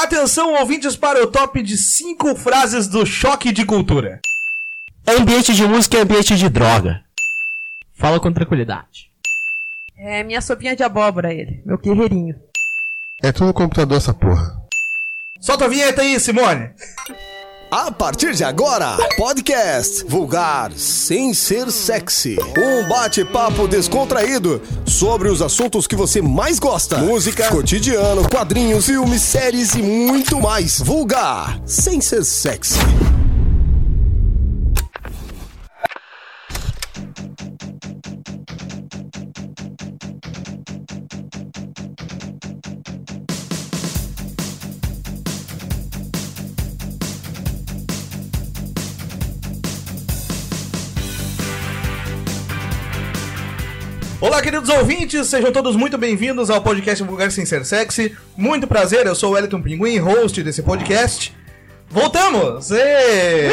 Atenção, ouvintes, para o top de 5 frases do choque de cultura. Ambiente de música é ambiente de droga. Fala com tranquilidade. É minha sopinha de abóbora, ele. Meu guerreirinho. É tudo computador essa porra. Solta a vinheta aí, Simone. A partir de agora, podcast vulgar sem ser sexy. Um bate-papo descontraído sobre os assuntos que você mais gosta: música, cotidiano, quadrinhos, filmes, séries e muito mais. Vulgar sem ser sexy. Olá, queridos ouvintes, sejam todos muito bem-vindos ao podcast Vulgar Sem Ser Sexy. Muito prazer, eu sou o Elton Pinguim, host desse podcast. Voltamos! Ê!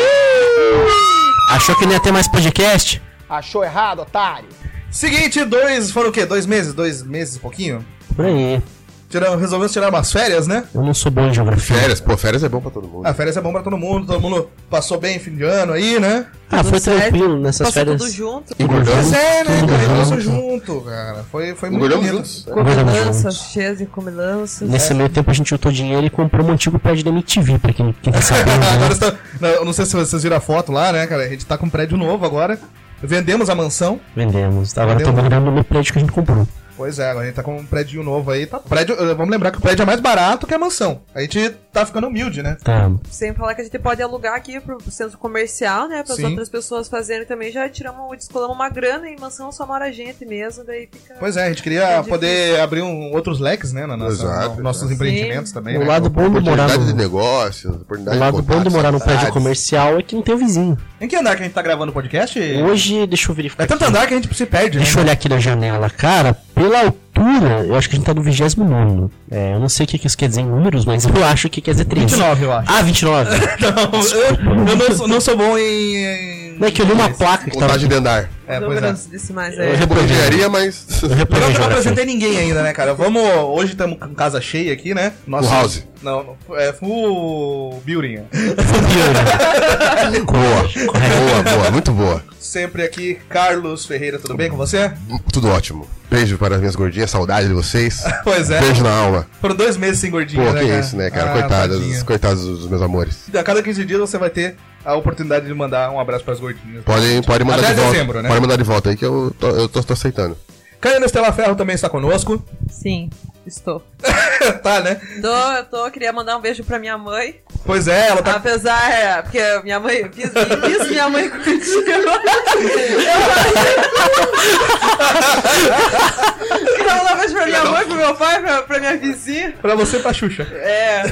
Achou que não ia ter mais podcast? Achou errado, otário? Seguinte, dois. Foram o quê? Dois meses? Dois meses e pouquinho? Por aí. Tirar, resolvemos tirar umas férias, né? Eu não sou bom em geografia. Férias, pô, férias é bom pra todo mundo. A férias é bom pra todo mundo, todo mundo passou bem fim de ano aí, né? Ah, foi Tá certo. tranquilo nessas Passou férias. tudo junto. Engordamos. Pois é, né? tudo Corremos junto. junto, cara. Foi, foi muito Engordamos bonito. juntos. Comilanças, cheias de comilanças. Nesse meio tempo a gente juntou dinheiro e comprou um antigo prédio da MTV, pra quem, quem tá sabendo. Ah, Agora né? está, não, eu não sei se vocês viram a foto lá, né, cara? A gente tá com um prédio novo agora. Vendemos a mansão. Vendemos. Agora Vendemos. estamos vendendo no prédio que a gente comprou. Pois é, agora a gente tá com um prédio novo aí. Tá, prédio, eh, vamos lembrar que o prédio é mais barato que a mansão. A gente tá ficando humilde, né? Tá. É, Sem falar que a gente pode alugar aqui pro centro comercial, né? Para Sim. outras pessoas fazerem também. Já tiramos, descolamos uma grana e mansão só mora a gente mesmo. Daí fica. Pois é, a gente queria Difícil. poder abrir um- outros leques, né? Na nossa, Exato, no- nossos exato. empreendimentos também. O né? lado bom de morar Oportunidade de no, negócios, o oportunidade lado de bom de morar num prédio contatos, comercial é que não tem o vizinho. Em que andar que a gente tá gravando o podcast? Hoje, deixa eu verificar. É tanto aqui. andar que a gente se perde, né? Deixa eu É, olhar aqui na janela, cara. Pela altura, eu acho que a gente tá no 29. É, eu não sei o que que isso quer dizer em números, mas eu acho que quer dizer 3. 29, eu acho. Ah, 29. Não, eu, eu não, sou, não sou bom em. não é que eu li uma placa que tava. Contagem de andar. É, pois é. Números desse mais, Eu é. já- Por engenharia, mas. Eu não, eu não Geografia. apresentei ninguém ainda, né, cara? Vamos. Hoje estamos com casa cheia aqui, né? Nossa, Full house. Não, não, é full building. boa, boa, boa, muito boa. Sempre aqui, Carlos Ferreira, tudo bem com você? Tudo ótimo. Beijo para as minhas gordinhas, saudade de vocês. Pois é. Beijo na alma. Foram dois meses sem gordinha, Pô, né? que isso, né, cara? Ah, coitadas, tadinha. coitadas dos meus amores. A cada 15 dias você vai ter a oportunidade de mandar um abraço pras gordinhas. Podem pode mandar Até de volta. dezembro, né? Pode mandar de volta aí que eu tô, eu tô, tô aceitando. Caiana Estela Ferro também está conosco. Sim, estou. tá, né? Tô, eu tô, queria mandar um beijo pra minha mãe. Pois é, ela tá. Apesar, é, porque minha mãe quis, quis minha mãe curtir. Eu mandar um beijo pra minha mãe, pro meu pai, pra, pra minha vizinha, Pra você, pra Xuxa. é,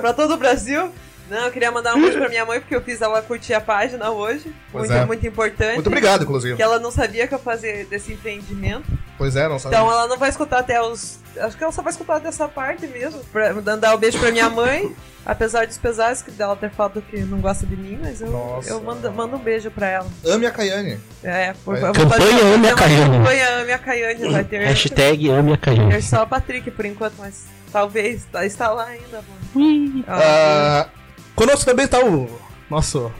pra todo o Brasil. Não, eu queria mandar um beijo pra minha mãe, porque eu fiz ela curtir a página hoje. Pois muito, é. muito importante. Muito obrigado, inclusive. Que ela não sabia que eu fazia desse empreendimento. Pois é, não sabe. Então ela não vai escutar até os. Acho que ela só vai escutar dessa parte mesmo. Pra mandar um beijo pra minha mãe. Apesar dos pesares que dela ter falado que não gosta de mim, mas eu, Nossa. eu mando, mando um beijo pra ela. Ame a Caiane. É, por Vai. favor. Campanha fazer- Ame a uma Caiane. Campanha Ame a Caiane vai ter. Hashtag ame a ter Caiane. só a Patrick por enquanto, mas talvez tá- está lá ainda, mano. Ah, Ah, conosco também está o nosso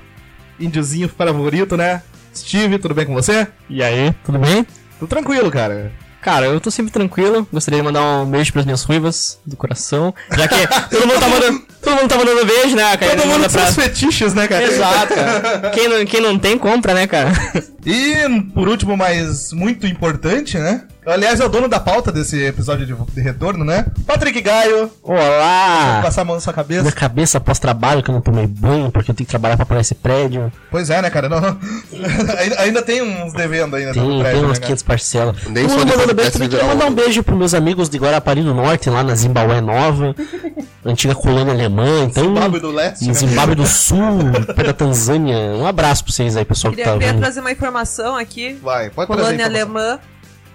índiozinho favorito, né? Steve, tudo bem com você? E aí? Tudo bem? Tudo tranquilo, cara. Cara, eu tô sempre tranquilo. Gostaria de mandar um beijo pras minhas ruivas do coração. Já que todo mundo tá mandando, todo mundo tá mandando beijo, né? É, Cara? um Todo mundo tá manda com seus fetiches, né, cara? Exato, cara. Quem não, quem não tem, compra, né, cara? E, por último, mas muito importante, né? Aliás, é o dono da pauta desse episódio de, de retorno, né? Patrick Gaio, Olá! passar a mão na sua Minha cabeça. cabeça após trabalho, que eu não tomei banho, porque eu tenho que trabalhar pra pagar esse prédio. Pois é, né, cara? Não- ainda, ainda tem uns devendo ainda Tem, no tem prédio, né, umas cara? 500 parcelas. Nem Todo só mundo de mandando beijo podcast também. Queria liberal. mandar um beijo pros meus amigos de Guarapari do Norte, lá na Zimbabue Nova, antiga colônia alemã. Então, Zimbábue do Leste, em né? Zimbábue do Sul, pé da Tanzânia. Um abraço pra vocês aí, pessoal que queria, tá queria ouvindo. trazer uma informação aqui. Vai, pode trazer. Colônia informação. alemã,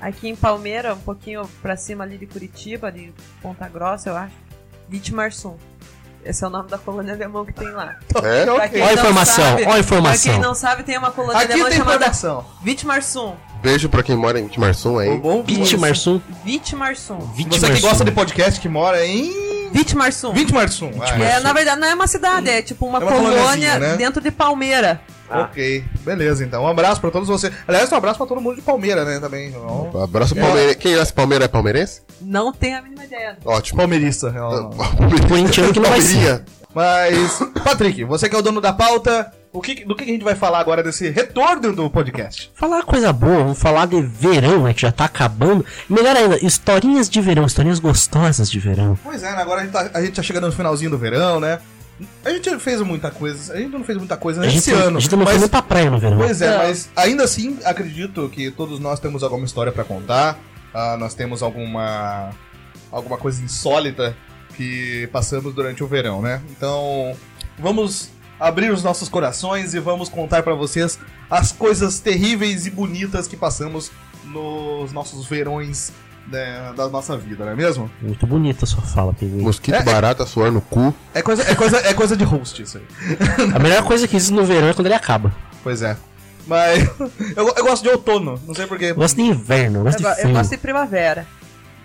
aqui em Palmeira, um pouquinho pra cima ali de Curitiba, ali Ponta Grossa, eu acho. Vitmarsum. Esse é o nome da colônia alemã que tem lá. Tá É? Pra quem Ó a não informação, sabe- ó a Pra informação. quem não sabe, tem uma colônia Aqui alemã tem chamada informação. Vitmarsum. Beijo pra quem mora em Tá Timarsum aí. O bom Pit Marsum. Vitmarsum. um. Você que gosta de podcast que mora em um. Vitimarsum. 20 Marçum. É, na verdade, não é uma cidade, é tipo uma É uma colônia colôniazinha, né? dentro de Palmeira. um. Ah. Ok, beleza então. Um abraço pra todos vocês. Aliás, um abraço pra todo mundo de Palmeira, né? Também. Ó, Abraço palmeirense. Quem nasce Palmeiras é palmeirense? Não tem a mínima ideia. Ótimo. Palmeirista, realmente. Corintiano que não vai ser. Palmeirinha. Mas, Patrick, você que é o dono da pauta, o que, do que a gente vai falar agora desse retorno do podcast? Falar coisa boa, vamos falar de verão, né, que já tá acabando. Melhor ainda, historinhas de verão, historinhas gostosas de verão. Pois é, né? Agora a gente, tá, a gente tá chegando no finalzinho do verão, né? A gente fez muita coisa, a gente não fez muita coisa A gente, nesse ano. a gente não foi mas, nem pra praia no verão. pois é, Não. mas ainda assim, acredito que todos nós temos alguma história pra contar. Ah, nós temos alguma alguma coisa insólita que passamos durante o verão, né? Então, vamos abrir os nossos corações e vamos contar pra vocês as coisas terríveis e bonitas que passamos nos nossos verões né, da nossa vida, não é mesmo? Muito bonita a sua fala, Pedro. Mosquito É. barata, suor no cu. É coisa, é coisa, é coisa de host isso aí. A melhor coisa que existe no verão é quando ele acaba. Pois é. Mas eu, eu gosto de outono, não sei porquê. Eu gosto de inverno, eu gosto de Eu, go- eu frio. gosto de primavera.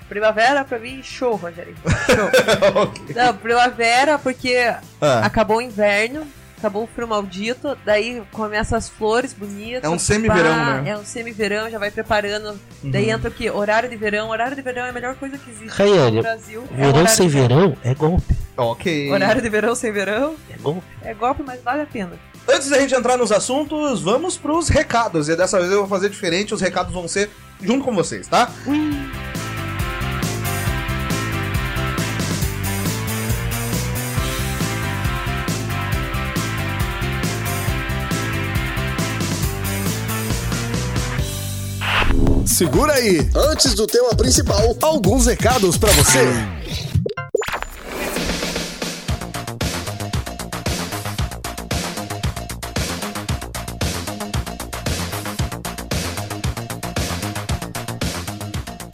Primavera pra mim, show, Rogério. Show. Não, primavera porque Ah, acabou o inverno, acabou o frio maldito, daí começa as flores bonitas. É um semi-verão, pá, né? Uhum. É um semi-verão, já vai preparando. Daí entra o quê? Horário de verão. Horário de verão é a melhor coisa que existe Raiane, no Brasil. É Verão horário sem de- verão é golpe. ok. Horário de verão sem verão É golpe. é golpe, mas vale a pena. Antes da gente entrar nos assuntos, vamos pros recados. E dessa vez eu vou fazer diferente, os recados vão ser junto com vocês, tá? Segura aí. Antes do tema principal, alguns recados pra você.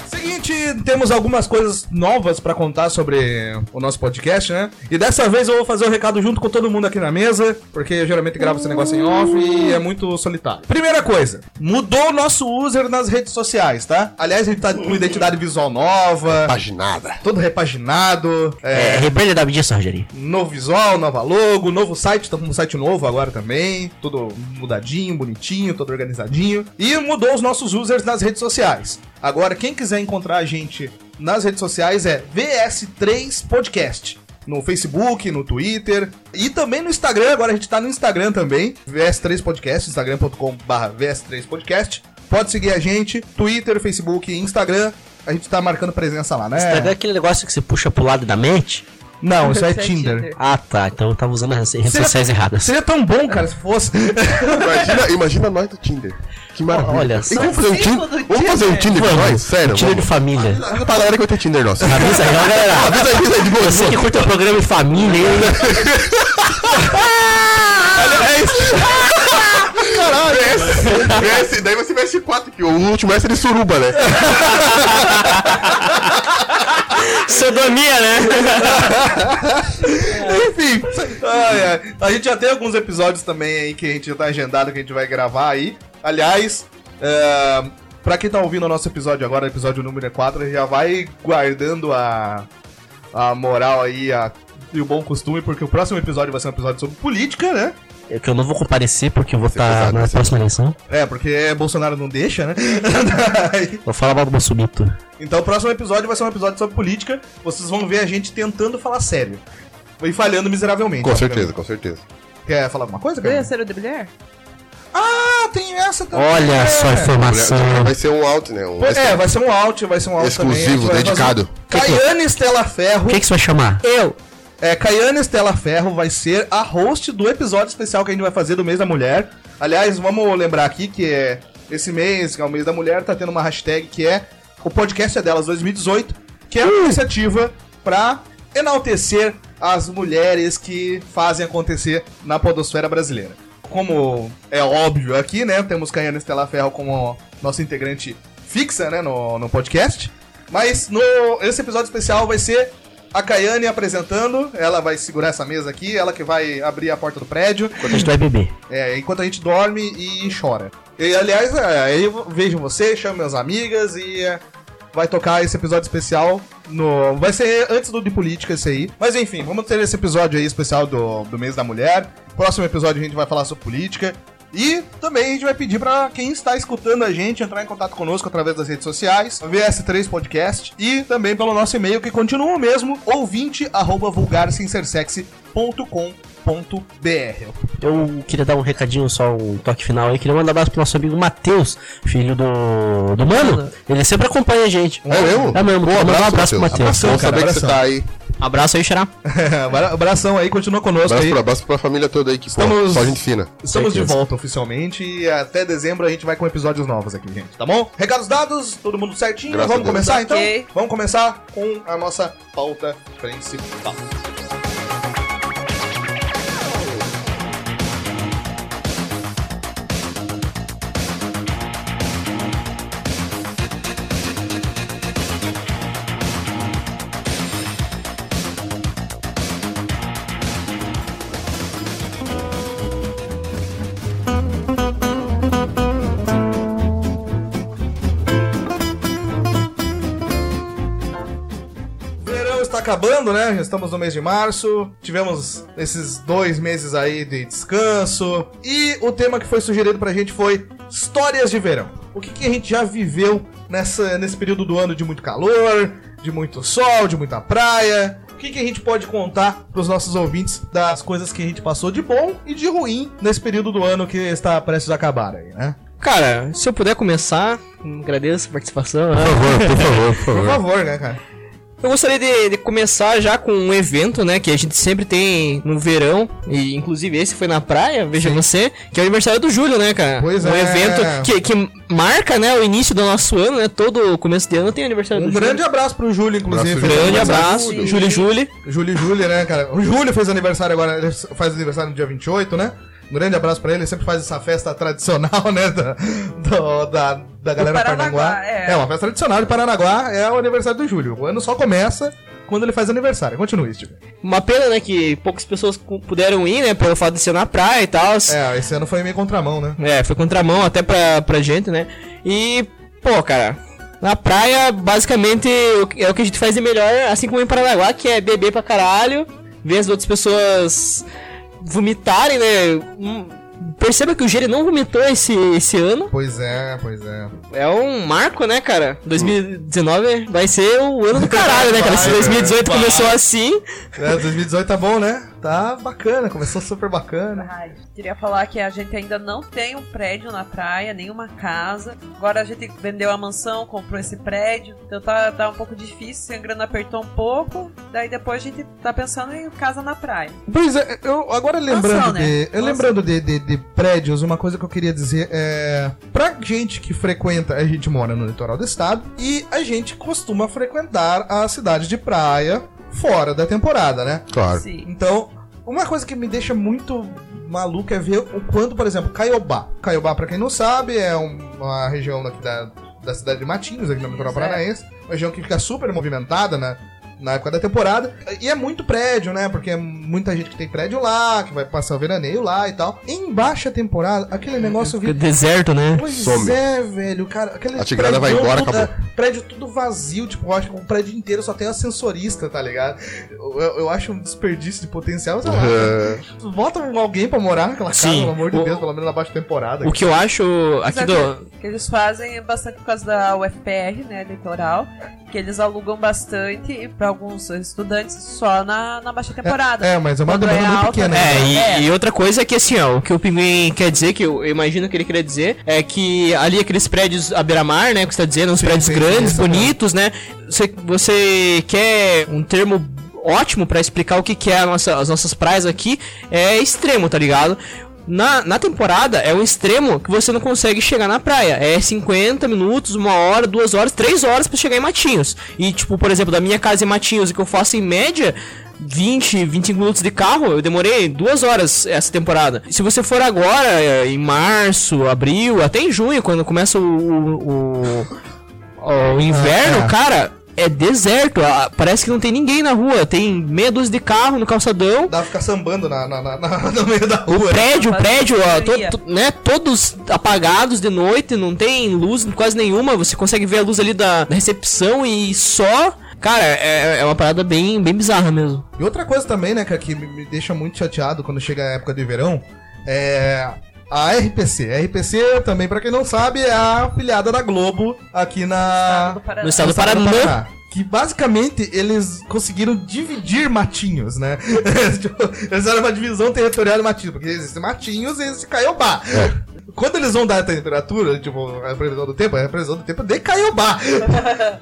Seguinte, temos algumas coisas novas pra contar sobre o nosso podcast, né? E dessa vez eu vou fazer o recado junto com todo mundo aqui na mesa, porque eu geralmente gravo esse negócio em off e é muito solitário. Primeira coisa, mudou o nosso user nas redes sociais, tá? Aliás, a gente tá com identidade visual nova, Paginada. todo repaginado, É, rebelde da mídia, Sargeri. Novo visual, nova logo, novo site, estamos com um site novo agora também, tudo mudadinho, bonitinho, todo organizadinho. E mudou os nossos users nas redes sociais. Agora, quem quiser encontrar a gente nas redes sociais é VS3 Podcast. No Facebook, no Twitter e também no Instagram. Agora a gente tá no Instagram também, VS3 Podcast, instagram.com.br VS3 Podcast. Pode seguir a gente, Twitter, Facebook e Instagram. A gente tá marcando presença lá, né? Instagram é aquele negócio que você puxa pro lado da mente. Não, isso é Isso é Tinder. Tinder. Ah, tá. Então eu tava usando as redes Será- sociais erradas. Seria tão bom, cara, se fosse. Imagina, imagina nós do Tinder. Que maravilha. Olha E só. vamos fazer um Cinco Tinder? do Vamos fazer um Tinder. Tinder pra nós? Sério? Tira de Vamos. família. Avisa Pra galera que vai ter Tinder nosso. Avisa aí, ó, galera. Avisa, avisa aí de boa. Você que curte o programa em família, hein? é Caralho, é esse. Daí vai ser VS4, que o último S é de suruba, né? Sodomia, né? É. Enfim. ai, ai. A gente já tem alguns episódios também aí que a gente já tá agendado, que a gente vai gravar aí. Aliás, é, pra quem tá ouvindo o nosso episódio agora, episódio número 4, já vai guardando a, a moral aí a- e o bom costume, porque o próximo episódio vai ser um episódio sobre política, né? É que eu não vou comparecer porque eu vou Você vai estar usar, na né? próxima eleição. É, porque Bolsonaro não deixa, né? Vou falar mal do meu subito. Então o próximo episódio vai ser um episódio sobre política. Vocês vão ver a gente tentando falar sério. E falhando miseravelmente. Com obviamente. certeza, com certeza. Quer falar alguma coisa, Ganha cara? ser o de mulher? Ah, tem essa também. Olha é. só a informação. Vai ser um out, né? Um Pô, É, vai ser um out, vai ser um out exclusivo, também. dedicado. Caiane Estela Ferro. O que, que você vai chamar? Eu. É, Caiane Estela Ferro vai ser a host do episódio especial que a gente vai fazer do mês da mulher. Aliás, vamos lembrar aqui que é esse mês, que é o mês da mulher, tá tendo uma hashtag que é o podcast é delas 2018, que é uma iniciativa pra enaltecer as mulheres que fazem acontecer na podosfera brasileira. Como é óbvio aqui, né? Temos Caiane Estela Ferro como nossa integrante fixa, né, no, no podcast. Mas no, esse episódio especial vai ser a Caiane apresentando. Ela vai segurar essa mesa aqui, ela que vai abrir a porta do prédio. A gente vai beber. É, enquanto a gente dorme e chora. E, aliás, é, aí eu vejo você, chamo minhas amigas e é, vai tocar esse episódio especial no. Vai ser antes do de política esse aí. Mas enfim, vamos ter esse episódio aí especial do, do mês da mulher. Próximo episódio a gente vai falar sobre política. E também a gente vai pedir pra quem está escutando a gente entrar em contato conosco através das redes sociais, VS3 Podcast e também pelo nosso e-mail que continua o mesmo, ouvinte arroba vulgarsinsersexy.com.br. Eu queria dar um recadinho, só um toque final aí. Queria mandar um abraço pro nosso amigo Matheus, filho do, do Mano. Ele sempre acompanha a gente. É mesmo? É mesmo. Pô, mandar um abraço pro Matheus. Bom saber que você abração. tá aí. Abraço aí, Xará. Abra- Abração aí, continua conosco Abraço aí. pra, abraço pra família toda aí que Estamos- pô, só gente fina. Estamos de Certeza. volta oficialmente e até dezembro a gente vai com episódios novos aqui, gente, tá bom? Recados dados, todo mundo certinho, Graças vamos a Deus. começar então? Ok. Vamos começar com a nossa pauta principal. Verão está acabando, né? Já estamos no mês de março. Tivemos esses dois meses aí de descanso. E o tema que foi sugerido pra gente foi histórias de verão. O que, que a gente já viveu nessa, nesse período do ano de muito calor, de muito sol, de muita praia. O que, que a gente pode contar pros nossos ouvintes das coisas que a gente passou de bom e de ruim nesse período do ano que está prestes a acabar aí, né? Cara, se eu puder começar, agradeço a participação. né? Por favor, por Por favor, né, cara? Eu gostaria de, de começar já com um evento, né? Que a gente sempre tem no verão, e inclusive esse foi na praia, veja você, que é o aniversário do Júlio, né, cara? Pois um é. evento que, que marca, né, o início do nosso ano, né? Todo começo de ano tem aniversário Um do grande abraço pro Júlio, inclusive. Abraço, Júlio. Feliz Grande aniversário. abraço, Júlio. Júlio e Júlio. Júlio e Júlia, né, cara? O Júlio fez aniversário agora, ele faz aniversário no dia 28, né? Um grande abraço pra ele, ele sempre faz essa festa tradicional, né? Da, do- da, da galera do Paranaguá, Paranaguá. é. uma festa tradicional de Paranaguá é o aniversário do Júlio. O ano só começa quando ele faz aniversário. Continue, Steve. Uma pena, né, que poucas pessoas cu- puderam ir, né, pelo fato de ser na praia e tal. É, esse ano foi meio contramão, né? É, foi contramão até pra, pra gente, né? E, pô, cara, na praia, basicamente, o que- é o que a gente faz de melhor, assim como em Paranaguá, que é beber pra caralho, ver as outras pessoas vomitarem, né? Hum, Perceba que o Gênero não vomitou esse, esse ano. Pois é, pois é. É um marco, né, cara? 2019 vai ser o ano do caralho, né, cara? Se Vai, 2018 começou assim. É, 2018 tá bom, né? Tá bacana, começou super bacana. Ai, queria falar que a gente ainda não tem um prédio na praia, nenhuma casa. Agora a gente vendeu a mansão, comprou esse prédio. Então tá, tá um pouco difícil, a grana apertou um pouco. Daí depois a gente tá pensando em casa na praia. Pois é, eu agora lembrando Noção, né? de, eu Noção. lembrando de, de, de prédios, uma coisa que eu queria dizer é pra gente que frequenta, a gente mora no litoral do estado e a gente costuma frequentar a cidade de praia fora da temporada, né? Claro. Sim. Então, uma coisa que me deixa muito maluco é ver o quanto, por exemplo, Caiobá. Caiobá, pra quem não sabe, é um- uma região daqui da, da cidade de Matinhos, aqui no litoral Isso, paranaense. Uma região que fica super movimentada na, na época da temporada. E é muito prédio, né? Porque é muita gente que tem prédio lá, que vai passar o veraneio lá e tal. Em baixa temporada, aquele negócio vira Deserto, né? Pois Some. é, velho, cara. Aquele A tigrada vai prédio embora, tudo- acabou. é, Prédio tudo vazio, tipo, eu acho que o prédio inteiro só tem ascensorista, tá ligado? Eu, eu- eu acho um desperdício de potencial, mas sei lá. É. Bota um- alguém pra morar naquela casa, Sim. pelo amor de O- Deus, pelo menos na baixa temporada. O que eu acho aqui do, que eles fazem é bastante por causa da UFPR, né, litoral, que eles alugam bastante e pra alguns estudantes só na, na baixa temporada. É, mas é uma Quando demanda é muito alta, pequena. né? É, né? e, É. e outra coisa é que assim, ó, o que o Pinguim quer dizer, que eu eu imagino que ele queria dizer, é que ali aqueles prédios à beira-mar, né, que você tá dizendo, uns prédios sim, grandes, sim, sim. bonitos, né, você, você quer um termo ótimo pra explicar o que, que é a nossa- as nossas praias aqui, é extremo, tá ligado? Na, na temporada é um extremo que você não consegue chegar na praia. É 50 minutos, uma hora, duas horas, três horas pra chegar em Matinhos. E, tipo, por exemplo, da minha casa em Matinhos, o que eu faço em média, 20, 25 minutos de carro, eu demorei duas horas essa temporada. Se você for agora, é, em março, abril, até em junho, quando começa o, o, o- o inverno, é. cara, é deserto. ah, Parece que não tem ninguém na rua. Tem meia dúzia de carro no calçadão. Dá pra ficar sambando na, na- na- na- no meio da O rua. né? prédio, o Faz prédio, ó, companhia. to- to- né, todos apagados de noite, não tem luz quase nenhuma, você consegue ver a luz ali da, da recepção e só. Cara, é, é uma parada bem, bem bizarra mesmo. E outra coisa também, né, cara, que me me deixa muito chateado quando chega a época de verão, é a RPC. A RPC, também, pra quem não sabe, é a afiliada da Globo aqui na... Estado do Paraná. No estado do Paraná. Paraná. Que basicamente eles conseguiram dividir matinhos, né? Tipo, eles eram uma divisão territorial de matinhos, porque existem matinhos e existe Caiobá. Quando eles vão dar a temperatura, tipo, a previsão do tempo, é a previsão do tempo de Caiobá.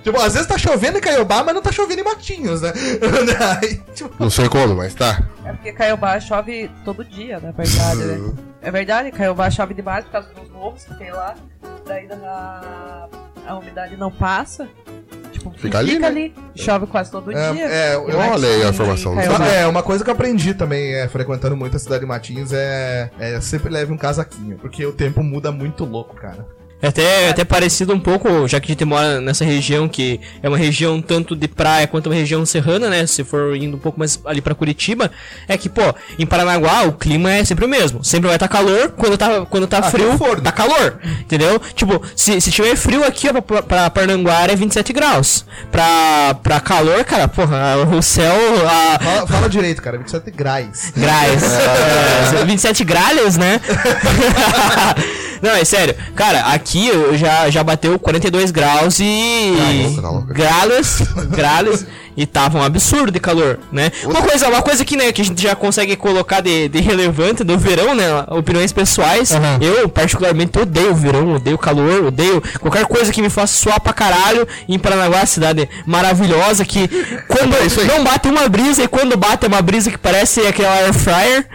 tipo, às vezes tá chovendo em Caiobá, mas não tá chovendo em matinhos, né? Aí, tipo, Não sei como, mas tá. É porque Caiobá chove todo dia, na verdade, né? É verdade, Caiobá chove demais por causa dos morros que tem lá. Daí a, a umidade não passa. Tipo, Fica ali, né? Chove quase todo É, dia. é, eu olhei a Em informação. Sabe, Caiobá. é, uma coisa que eu aprendi também, é, frequentando muito a cidade de Matinhos, é, é sempre leve um casaquinho, porque o tempo muda muito louco, cara. É até, é até parecido um pouco, já que a gente mora nessa região que é uma região tanto de praia quanto uma região serrana, né? Se for indo um pouco mais ali pra Curitiba, é que, pô, em Paranaguá o clima é sempre o mesmo. Sempre vai estar tá calor, quando tá, quando tá frio, tá calor, entendeu? Tipo, se, se tiver frio aqui, ó, pra, pra Paranaguara é 27 graus. Pra, pra calor, cara, porra, o céu. A... Fala, fala direito, cara, 27 graus. Grais. É, 27 gralhas, né? Não, é sério. Cara, aqui eu já, já bateu 42 graus e. Nossa, tá louco. Gralhas. Gralhas. E tava um absurdo de calor, né? Uma coisa, uma coisa que, né, que a gente já consegue colocar de, de relevante no verão, né? Opiniões pessoais. Aham. Eu, particularmente, odeio o verão, odeio o calor, odeio qualquer coisa que me faça suar pra caralho em Paranaguá, cidade maravilhosa, que quando É não bate uma brisa e quando bate é uma brisa que parece aquela air fryer,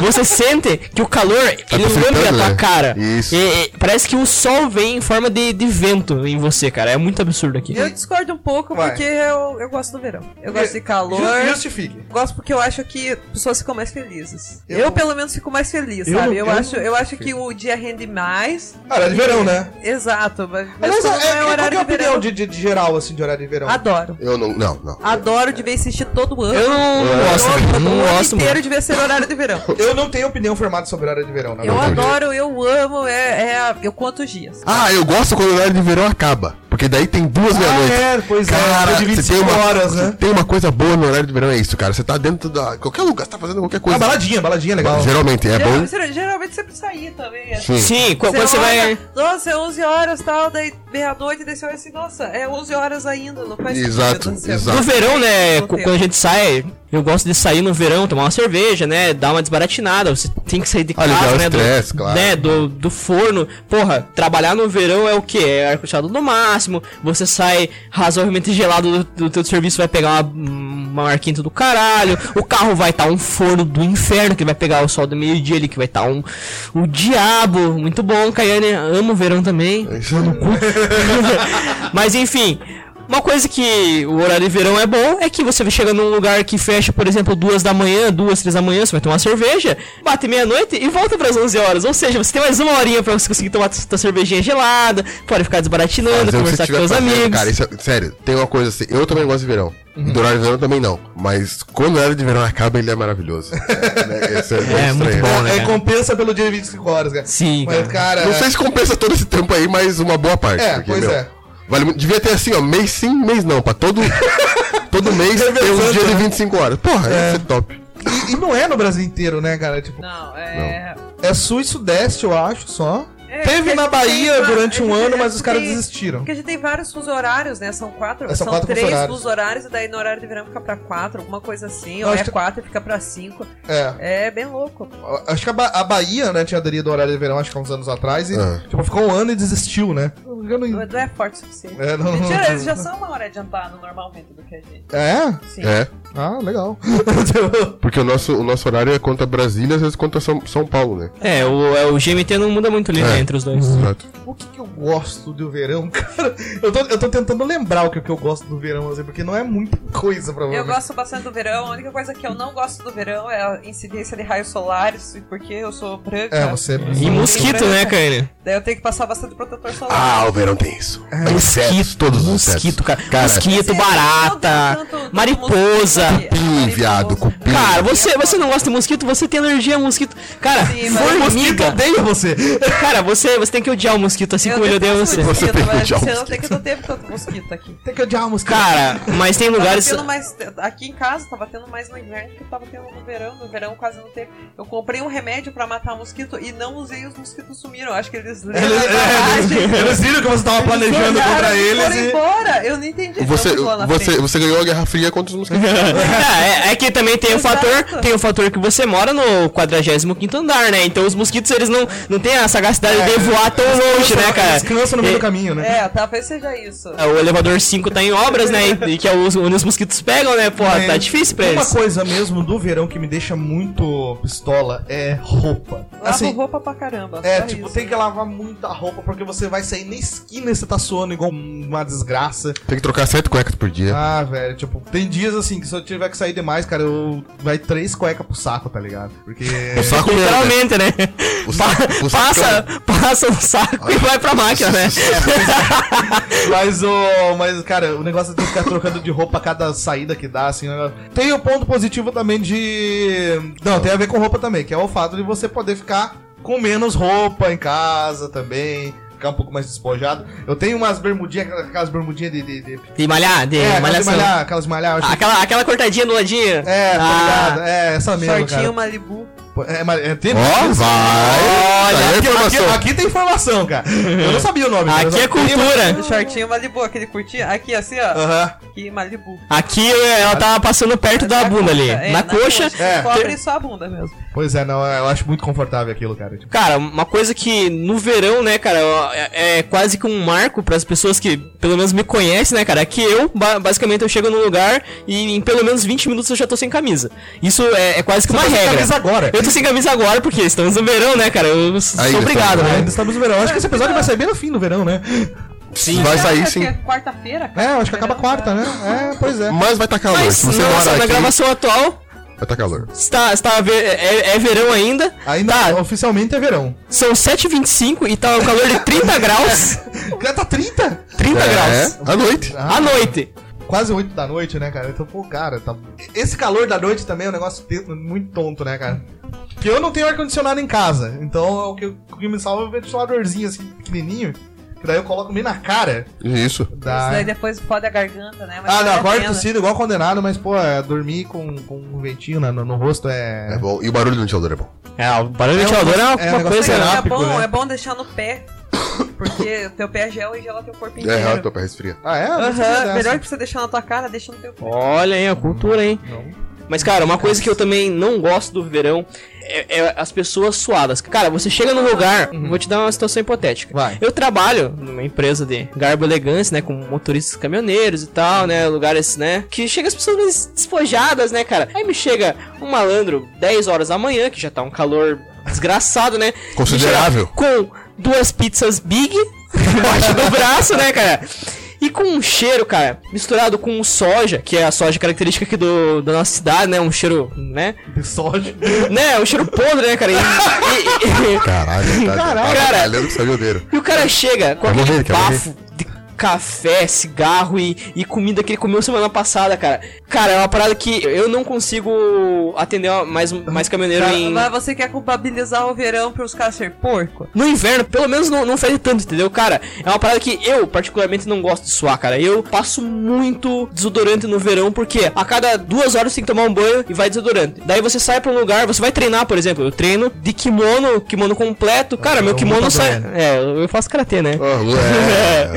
você sente que o calor ele fritando, lambe a tua né? cara. Isso. E- e É, parece que o sol vem em forma de, de vento em você, cara. É muito absurdo aqui. Eu discordo um pouco Vai. porque eu, eu gosto do verão. Eu gosto de calor. Ju- Justifique. Gosto porque eu acho que pessoas ficam mais felizes. Eu- Eu, pelo menos fico mais feliz, Eu sabe? não- Eu, eu acho, não- eu acho que o dia rende mais. Cara, é de verão, né? Exato, mas, mas Aliás, é, quando não é, qual que é a de verão, opinião de, de- de geral, assim, de horário de verão? Adoro. Eu não. Não, não. Adoro de ver assistir todo ano. Eu não, não gosto, Todo, cara. não o ano gosto, mano. inteiro devia ser horário de verão. Eu não tenho opinião formada sobre horário de verão, na Eu verdade. adoro, eu amo, é, é a- eu conto os dias. Ah, eu gosto quando o horário de verão acaba. Porque daí tem duas Ah, meia-noite. é, pois é, cara, depois de você tem 25 uma, horas, você né? tem uma coisa boa no horário de verão, é isso, cara. Você tá dentro da. Qualquer lugar, você tá fazendo qualquer coisa. Ah, baladinha, baladinha é legal. Geralmente é bom. Geralmente, geralmente sempre sair também. assim. Sim. Sim, qu- quando você vai. olha, Nossa, é 11 horas tal, daí meia-noite, daí você olha assim, nossa, é 11 horas ainda, não faz Exato, sentido, assim. exato. No verão, né? é, No qu- verão. Quando a gente sai, eu gosto de sair no verão, tomar uma cerveja, né? Dar uma desbaratinada. Você tem que sair de Ah, casa, aliviar o né? do- estresse, claro. né, do, do forno. Porra, trabalhar no verão é o quê? É ar condicionado no máximo. Você sai razoavelmente gelado do, do teu serviço, vai pegar uma, uma ar quente do caralho. O carro vai estar um forno do inferno, que vai pegar o sol do meio-dia ali, que vai estar um. O diabo. Muito bom, Caiane. Amo o verão também. É Isso eu não curto. Mas enfim, uma coisa que o horário de verão é bom é que você chega num lugar que fecha, por exemplo, duas da manhã, duas, três da manhã, você vai tomar uma cerveja, bate meia-noite e volta pras 11 horas. Ou seja, você tem mais uma horinha pra você conseguir tomar sua cervejinha gelada, pode ficar desbaratinando, Fazer o que conversar você com tiver seus fazendo, amigos. Cara, isso é- sério, tem uma coisa assim. Eu também gosto de verão. Uhum. Do horário de verão também não. Mas quando o horário de verão acaba, ele é maravilhoso. É, né, isso é, muito muito estranho. bom, né, É, cara? compensa pelo dia de 25 horas, cara. Sim, Mas, cara. Não sei se compensa todo esse tempo aí, mas uma boa parte. É, porque, pois é. Vale muito. Devia ter assim, ó, mês sim, mês não. Pra todo, todo mês tem um Revezando, dia de né? 25 horas. Porra, É. ia ser top. E, e não é no Brasil inteiro, né, cara? Tipo, Não, é. é sul e sudeste, eu acho, só. É, Teve porque na a gente tem Bahia va- durante a um gente- ano, é mas os caras porque- desistiram. Porque a gente tem vários fuso horários, né? São quatro, É, são são, quatro fuso três horários. fuso horários, e daí no horário de verão fica pra quatro, alguma coisa assim, Eu ou acho é que- quatro e fica pra cinco. É. É bem louco. Acho que a, Ba- a Bahia, né, tinha aderido ao horário de verão, acho que há uns anos atrás, e Ah. tipo, ficou um ano e desistiu, né? Eu Não não- é forte o suficiente. É, não- Mentira, não- eles já são uma hora adiantado normalmente do que a gente. É? Sim. É. Ah, legal. Porque o nosso, o nosso horário é contra Brasília, às vezes contra São, São Paulo, né? É, o, é, o GMT não muda muito ali É. né, entre os dois. Exato. o que, que eu gosto do verão, cara? Eu tô, eu tô tentando lembrar o que, que eu gosto do verão, assim, porque não é muita coisa, Eu provavelmente. gosto bastante do verão. A única coisa que eu não gosto do verão é a incidência de raios solares, porque eu sou branca. É, você é branca. E mosquito, né, Kaine? Daí eu tenho que passar bastante protetor solar. Ah, o verão tem isso. É, insetos, todos os Mosquito, insetos. cara. Cara, Mosquito, Assim, barata, eu não gosto tanto do mariposa. mosquito, Cupim, mariposa. viado, cupim. Cara, você, você não gosta de mosquito, você tem alergia a mosquito. Cara, Sim, mas- Mosquito formiga. odeia você. Cara, você, você tem que odiar o mosquito assim como ele odeia você. detesto Você Mosquito, tem que mas odiar o você não tem mosquito. que eu tempo tanto mosquito aqui. Tem que odiar a música. Cara, mas tem lugares. Tá batendo mais, aqui em casa tava tendo mais no inverno que tava tendo no verão. No verão quase não teve. Eu comprei um remédio pra matar mosquito e não usei os mosquitos sumiram. Acho que eles leram é, a embalagem. Eles viram que você tava planejando Olharam, contra eles foram e. embora. Eu não entendi. Você, não, lá é na você, frente. você ganhou a Guerra Fria contra os mosquitos. É, é, é que também tem o Exato. fator, tem o fator que você mora no 45 andar, né? Então os mosquitos eles não, não têm a sagacidade de voar tão longe, né, cara? Eles criançam no meio E- do caminho, né? É, talvez seja isso. O elevador 5 tá em obras, né? E e que é os- onde os mosquitos pegam, né? Pô, Mas tá difícil pra É. Uma eles. coisa mesmo do verão que me deixa muito pistola é roupa. Lavo Assim, roupa pra caramba. é, só tipo, isso. tem que lavar muita roupa porque você vai sair na esquina e você tá suando igual uma desgraça. Tem que trocar sete cuecas por dia. Ah, velho, tipo, tem dias assim que se eu tiver que sair demais, cara, eu vai três cuecas pro saco, tá ligado? Porque O saco mesmo, né? Literalmente, né? O Pa- saco- o é passa, um- sacão. passa no saco e vai pra máquina, né? É, Mas, o mas, cara, o negócio é ter que ficar trocando de roupa a cada saída que dá, assim. né? Tem o ponto positivo também de. Não, tem a ver com roupa também, que é o fato de você poder ficar com menos roupa em casa também. Ficar um pouco mais despojado. Eu tenho umas bermudinhas, aquelas bermudinhas de. de, de... De malhar, de É, aquelas de malhação. malhar, aquelas de malhar. eu acho que- Aquela, aquela cortadinha do ladinho. É, tá Ah. ligado? É, essa mesmo, Shortinho cara. Malibu. Pô, É, mas- é, tem- Ó, vai! Tá aí a Aqui, aqui, informação. aqui tem informação, cara. Eu não sabia o nome. mas eu Aqui sabia. é cultura. Shortinho Malibu, aquele curtinho. Aqui, assim, ó. Aham. Aqui, Malibu. Aqui é, ela tava passando perto da bunda ali. É, na coxa. É. Cobre só a bunda mesmo. Pois é, não, eu acho muito confortável aquilo, cara. Tipo, Cara, uma coisa que no verão, né, cara, ó, é, é quase que um marco pras pessoas que pelo menos me conhecem, né, cara, que eu, ba- basicamente, eu chego num lugar e em pelo menos 20 minutos eu já tô sem camisa. Isso é, é quase que uma tá sem regra. camisa agora. tá Eu tô sem camisa agora porque estamos no verão, né, cara? Eu s- Ainda sou obrigado, estamos. ainda né? estamos no verão. Acho que esse episódio vai sair bem no fim do verão, né? Sim. Vai sair Acho que sim. é quarta-feira, cara. É, eu acho que acaba quarta, né? É, pois é. Mas vai tá calor. Mas Se você nossa, mora na aqui, gravação atual, vai tá calor. está, está ver, é, é verão ainda. Tá, Ainda oficialmente é verão. São 7h25 e tá o calor de 30 graus. Já tá 30? 30 graus. É, à noite. Ah, À noite. Quase 8 da noite, né, cara? Então, pô, cara, tá... Esse calor da noite também é um negócio te- muito tonto, né, cara? Que eu não tenho ar-condicionado em casa. Então, é o que, o que me salva é o ventiladorzinho, assim, pequenininho. Que daí eu coloco bem na cara Isso. Isso da... daí depois fode a garganta, né? Mas Ah, não, vale a acordo pena. tossido igual condenado, mas, pô, é, dormir com, com um ventinho na- no, no rosto É bom. E o barulho do ventilador é bom. É, o barulho do É um- ventilador é uma, é um uma negócio coisa. legal. Mas é Serápico, bom, né? é bom deixar no pé. Porque teu pé gela e gela teu corpo É, inteiro. real, teu pé resfria. Ah, é? Aham, Não sabia dessa. melhor que você deixar na tua cara, deixa no teu pé. Olha aí a cultura, hein? Mas, cara, uma coisa que eu também não gosto do verão é, é as pessoas suadas. Cara, você chega num lugar, vou te dar uma situação hipotética. Uhum. Vai. Eu trabalho numa empresa de garbo e elegância, né? Com motoristas caminhoneiros e tal, né? Lugares, né? Que chega as pessoas mais despojadas, né, cara? Aí me chega um malandro 10 horas da manhã, que já tá um calor desgraçado, né? Considerável. Me chega Com duas pizzas big embaixo do braço, né, cara? E com um cheiro, cara, misturado com soja, que é a soja característica aqui do, da nossa cidade, né? Um cheiro, né? De soja. Né? Um cheiro podre, né, cara? E, e- e- Caralho, tá, Caralho, tá cara. trabalhando com sabiadeiro. e o cara chega com Quer aquele morrer, quer bafo de café, cigarro e, e comida que ele comeu semana passada, cara. Cara, é uma parada que eu não consigo atender mais, um, mais caminhoneiro em... Agora você quer culpabilizar o verão pros caras ser porco? No inverno, pelo menos não, não fede tanto, entendeu? Cara, é uma parada que eu, particularmente, não gosto de suar, cara. Eu passo muito desodorante no verão, porque a cada duas horas você tem que tomar um banho e vai desodorante. Daí você sai pra um lugar, você vai treinar, por exemplo. Eu treino de kimono, kimono completo. Cara, meu kimono lutador, sai. É, eu faço karatê, né? Ah, Lu- é.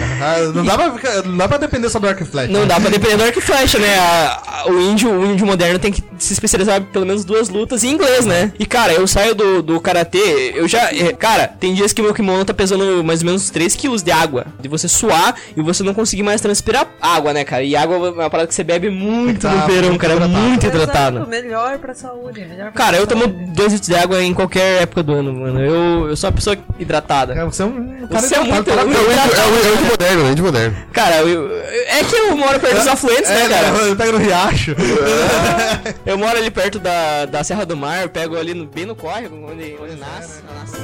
Ah, não, dá pra ficar- não dá pra depender só do arco e flecha. Não dá pra depender do arco e flecha, né? A, a- o índio, o índio moderno tem que se especializar em pelo menos duas lutas em inglês, né? E cara, eu saio do, do karatê, eu já. é, Cara, tem dias que meu kimono tá pesando mais ou menos 3 quilos de água. De você suar e você não conseguir mais transpirar água, né, cara? E água é uma parada que você bebe muito Tem que tá no verão, cara. É hidratado. muito Exato, hidratado. melhor pra saúde, melhor pra Cara, eu tomo saúde. 2 litros de água em qualquer época do ano, mano. Eu, eu sou uma pessoa hidratada. É, você é um cara Você é muito hidratado. É o índio- é o é o índio moderno, é o índio moderno. Cara, eu- é que eu moro perto dos afluentes, né, É, cara? ele pega no riacho. É. Eu moro ali perto da, da Serra do Mar, eu pego ali no- bem no córrego, onde, onde nasce. nasce.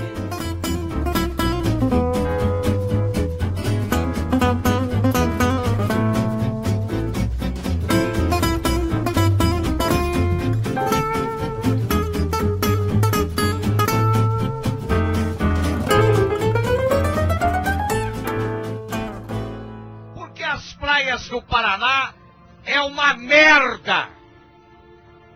Porque as praias do Paraná é uma merda.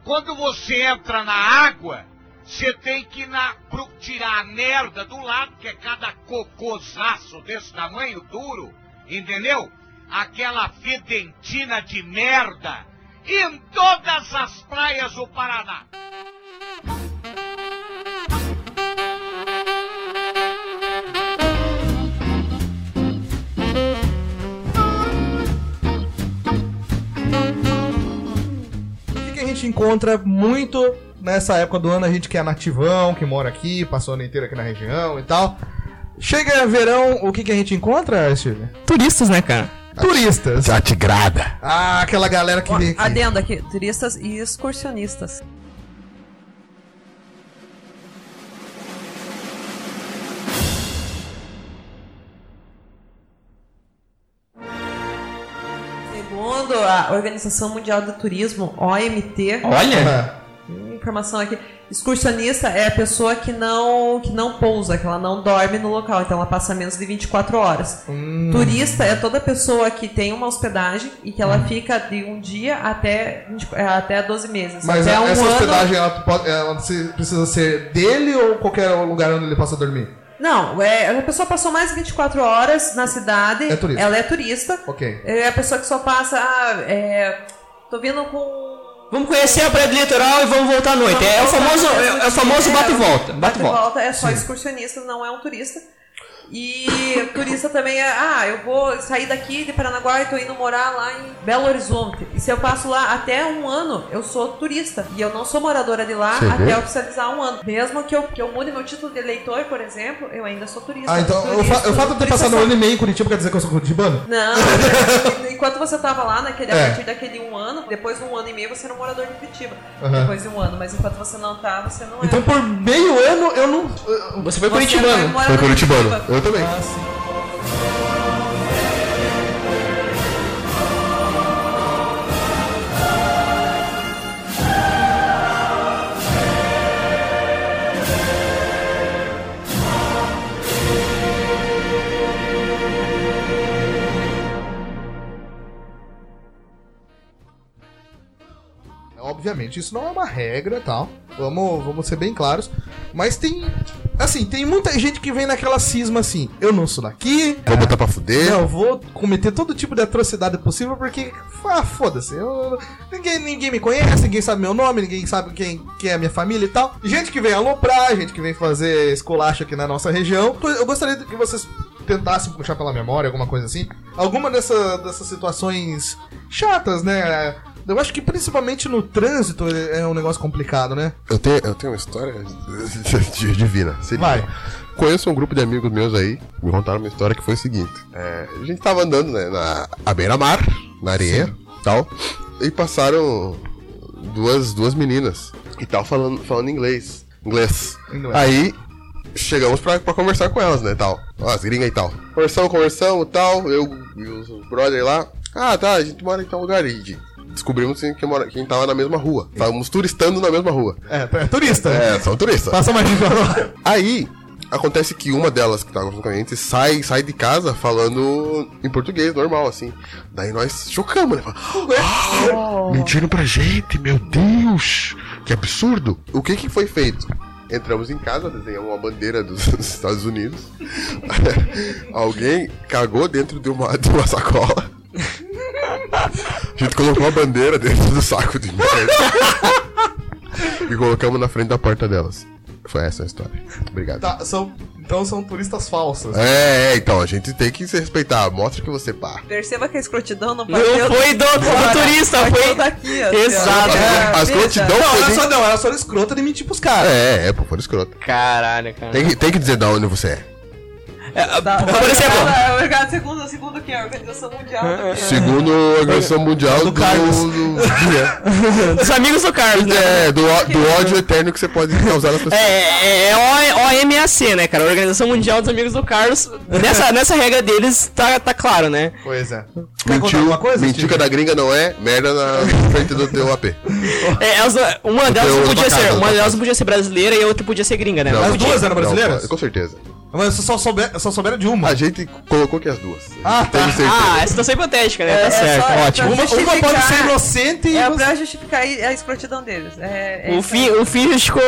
Quando você entra na água, você tem que ir na- pro- tirar a merda do lado, que é cada cocosaço desse tamanho duro, entendeu? Aquela fedentina de merda em todas as praias do Paraná. O que, que a gente encontra muito nessa época do ano? A gente que é nativão, que mora aqui, passou o ano inteiro aqui na região e tal. Chega verão, o que, que a gente encontra, Silvia? Turistas, né, cara? Ah, Turistas. Já tigrada. Ah, aquela galera que Ó, vem aqui. Adendo aqui, turistas e excursionistas. Segundo a Organização Mundial do Turismo, OMT, Olha! Ah, Hum, informação aqui, excursionista é a pessoa que não que não pousa, que ela não dorme no local, então ela passa menos de 24 horas. Hum. Turista é toda pessoa que tem uma hospedagem e que Hum. ela fica de um dia até, 20 é, até 12 meses. é Mas até a- um essa ano. hospedagem, ela, pode- ela se- precisa ser dele ou qualquer lugar onde ele possa dormir? Não, é, a pessoa passou mais de 24 horas na cidade, É turista. ela é turista. Ok. É a pessoa que só passa, ah, é, tô vindo com Vamos conhecer a praia do litoral e vamos voltar à noite. É, o famoso, é, é o famoso bate e volta. Bate e volta. é só excursionista, não é um turista. E turista também é, ah, eu vou sair daqui de Paranaguá e tô indo morar lá em Belo Horizonte. E se eu passo lá até um ano, eu sou turista. E eu não sou moradora de lá Você até vê? oficializar um ano. Mesmo que eu, que eu mude meu título de eleitor, por exemplo, eu ainda sou turista. Ah, então eu, fa eu fato de ter passado um ano e meio em Curitiba quer dizer que eu sou curitibano? Não, é enquanto você tava lá, naquele, É. a partir daquele um ano, depois de um ano e meio você era um morador de Curitiba. Aham. Depois de um ano, mas enquanto você não tá, você não é. Então por meio ano eu não. Você foi Você vai curitibano. morar Foi na curitibano. Curitiba. Eu também. Obviamente, isso não é uma regra tal. Vamos, vamos ser bem claros. Mas tem. Assim, tem muita gente que vem naquela cisma assim: eu não sou daqui. Vou botar pra fuder. Não, eu vou cometer todo tipo de atrocidade possível porque. Ah, foda-se. eu- Ninguém, ninguém me conhece, ninguém sabe meu nome, ninguém sabe quem, quem é a minha família e tal. Gente que vem aloprar, gente que vem fazer esculacho aqui na nossa região. Então, Eu gostaria que vocês tentassem puxar pela memória, alguma coisa assim. Alguma dessa, dessas situações chatas, né? Eu acho que principalmente no trânsito é um negócio complicado, né? Eu tenho, eu tenho uma história de- divina. Seria. Vai. Conheço um grupo de amigos meus aí, me contaram uma história que foi o seguinte. É, a gente tava andando né, na à beira-mar, na areia tal, e passaram duas, duas meninas e tal falando, falando inglês. Inglês. Inglês. Aí chegamos pra, pra conversar com elas, né, tal. Ó, as gringas e tal. Conversamos, conversamos tal, eu e os brother lá. Ah, tá, a gente mora em tal lugar. E descobrimos assim, que, mora, que a gente tava na mesma rua. Estávamos turistando na mesma rua. É, é turista. É, são turistas. Passa mais um gente Aí, acontece que uma delas que tá conversando com a gente sai, sai de casa falando em português, normal, assim. Daí nós chocamos, né? Fala, "Ah, Mentiram pra gente, meu Deus! Que absurdo! O que que foi feito? Entramos em casa, desenhamos uma bandeira dos Estados Unidos. Alguém cagou dentro de uma, de uma sacola. A gente colocou a bandeira dentro do saco de merda. e colocamos na frente da porta delas. Foi essa a história. Obrigado. Tá, são, então são turistas falsas. É, é, então, a gente tem que se respeitar. Mostra que você é pá. Perceba que a escrotidão não Não bateu. foi do, do turista, Bateu foi. daqui, assim, ó. Exato. É, As veja. prontidão Não, ela foi. só, não, ela só era escrota de mentir pros caras. É, é, pô, foram escroto. Caralho, cara. Tem, que- tem que dizer de onde você é. Tá, Por exemplo, É. tá, obrigado, segundo, segundo quem? A Organização Mundial. tá? do quê? Segundo a Organização Mundial do. É. Carlos. do- do- dos amigos do Carlos, né? é, do, ó- do ódio eterno que você pode causar nas pessoas. É, é, é O- OMAC, né, cara? Organização Mundial dos Amigos do Carlos. Nessa, nessa regra deles, tá, tá claro, né? Coisa. Quer contar Mentiu, alguma coisa? mentica Steve? da gringa não é merda na frente do teu AP. É, elas- uma delas teu não podia atacado, ser. Uma atacado. delas não podia ser brasileira e a outra podia ser gringa, né? Não, Mas É, As não podia. duas eram Não, brasileiras? pô, com certeza. Mas eu só, souber, eu só souberam de uma. A gente colocou que as duas. Ah, Tenho tá. certeza. Ah, essa situação é hipotética, né? É, tá é certo, só- ótimo. Uma, uma pode justificar. ser inocente e É você- pra justificar a escrotidão deles. É, é O isso fim, aí. o fim justificou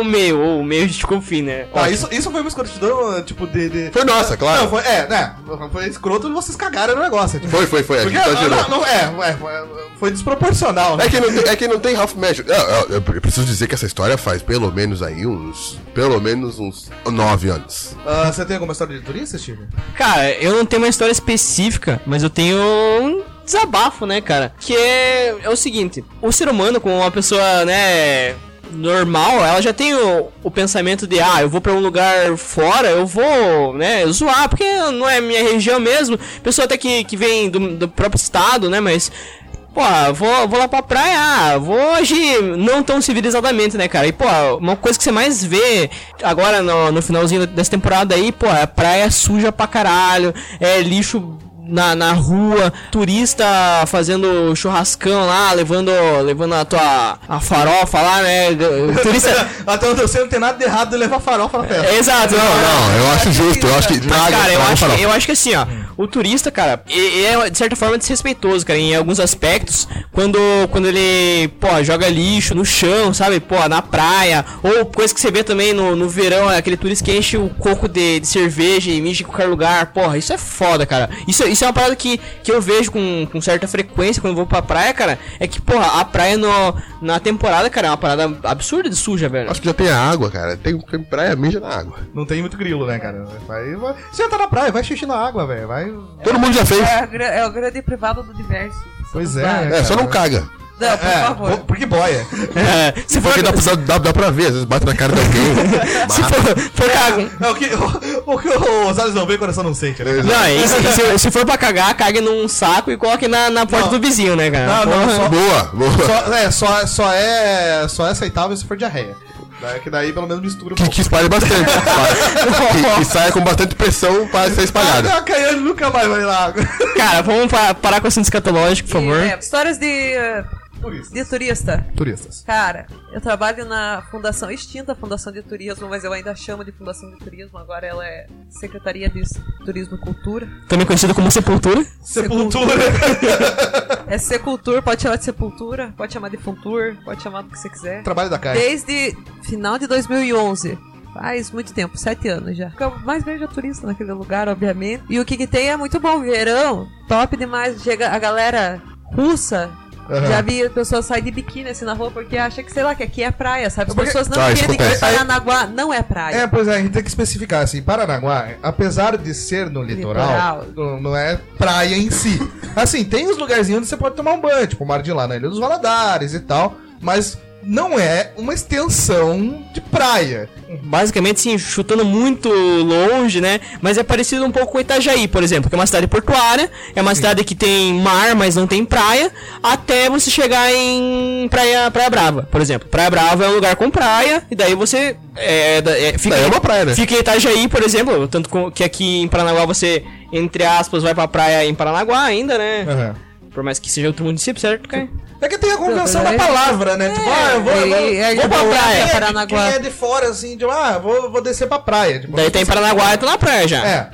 o meio, ou o meio justificou o fim, né? Tá, Ótimo. isso, isso foi uma escrotidão, tipo, de. de- Foi nossa, claro. Não, foi. É, né? Foi escroto e vocês cagaram no negócio. Tipo. Foi, foi, foi. A Porque, gente ah, exagerou. não, não, é, é, foi- foi desproporcional, né? É que não tem, é que não tem half measure. Eu, eu- eu preciso dizer que essa história faz pelo menos aí uns. Pelo menos uns nove anos. Ah, você tem alguma história de turista, Steve? Cara, eu não tenho uma história específica, mas eu tenho um desabafo, né, cara? Que é, é o seguinte: o ser humano, como uma pessoa, né, normal, ela já tem o, o pensamento de, ah, eu vou pra um lugar fora, eu vou, né, zoar, porque não é minha região mesmo. Pessoa até que, que vem do, do próprio estado, né, mas. Pô, vou, vou lá pra praia, ah, vou agir não tão civilizadamente, né, cara? E, pô, uma coisa que você mais vê agora no, no finalzinho dessa temporada aí, pô, é praia suja pra caralho, é lixo na, na rua, turista fazendo churrascão lá, levando, levando a tua a farofa lá, né? Turista. É, Até onde eu sei, não tem nada de errado de levar farofa na festa. Exato, não, Não, eu acho justo. Eu acho que. Ah, é mas, traga- cara, eu traga acho, farofa. eu acho que assim, ó, o turista, cara, ele é de certa forma desrespeitoso, cara, em alguns aspectos, quando, quando ele, pô, joga lixo no chão, sabe, pô, na praia, ou coisa que você vê também no, no verão, é aquele turista que enche o coco de, de cerveja e mija em qualquer lugar, porra, isso é foda, cara. Isso, isso é uma parada que, que eu vejo com, com certa frequência quando eu vou pra praia, cara, é que, porra, a praia no, na temporada, cara, é uma parada absurda de suja, velho. É. Acho que já tem a água, cara. Tem, tem praia, mija na água. Não tem muito grilo, né, cara? Vai, vai... Senta na praia, vai xixi na água, velho. Vai. Todo mundo já fez. É, a gra- é o grande privado do diverso. Pois é. Vai. É, só não caga. Não, por É, favor. bo- porque boia. É, se for, Porque dá assim- pra, dá, dá pra ver, às vezes bate na cara de alguém. se for, for cagar- É o que o, o, que o Salles não vê, o coração não sente, né? Não, e se, e se- se for pra cagar, cague num saco e coloque na, na porta Não. do vizinho, né, cara? Não, não, Porra. só- Boa, boa. Só, é, só, só é, só é aceitável se for diarreia. Daí- Que daí pelo menos mistura um Que, que espalhe bastante. que, que saia com bastante pressão pra ser espalhada. Ah, a Caiane nunca mais vai lá. Cara, vamos pa- parar com o assunto escatológico, por favor. E, é, histórias de, eh, Turistas. de turista. Turistas. Cara, eu trabalho na fundação, extinta fundação de turismo, mas eu ainda chamo de fundação de turismo, agora ela é Secretaria de Turismo e Cultura. Também conhecido como Sepultura. Sepultura. É Secultur, pode chamar de Sepultura, pode chamar de Funtur, pode chamar do que você quiser. Trabalho da Caiane. Desde final de 2011. Faz muito tempo, sete anos já. O que eu mais vejo é turista naquele lugar, obviamente. E o que, que tem é muito bom. Verão, top demais. Chega a galera russa. Aham. Já vi pessoas sair de biquíni assim na rua porque acha que, sei lá, que aqui é praia, sabe? As Porque- pessoas não Ah, isso entendem que acontece. Paranaguá não é praia. É, pois é, a gente tem que especificar assim, Paranaguá, apesar de ser no litoral, Litoral. não- não é praia em si. Assim, tem os lugarzinhos onde você pode tomar um banho, tipo o Mar de Lá na Ilha dos Valadares e tal, mas não é uma extensão de praia. Basicamente, sim, chutando muito longe, né? Mas é parecido um pouco com Itajaí, por exemplo, que é uma cidade portuária, é uma cidade que tem mar, mas não tem praia, até você chegar em Praia, praia Brava, por exemplo. Praia Brava é um lugar com praia, e daí você é, da- é, fica, Daí é uma praia, né? Fica em Itajaí, por exemplo, tanto com- que aqui em Paranaguá você, entre aspas, vai pra praia em Paranaguá ainda, né? Por mais que seja outro município, certo, Caio? É que tem a convenção da É. palavra, né? Tipo, ah, eu vou, eu vou, e- e- vou pra e- praia. Paranaguá. Quem é de fora, assim, tipo, ah, vou, vou descer pra praia. Tipo, Daí tá em Paranaguá e tá na praia já. É.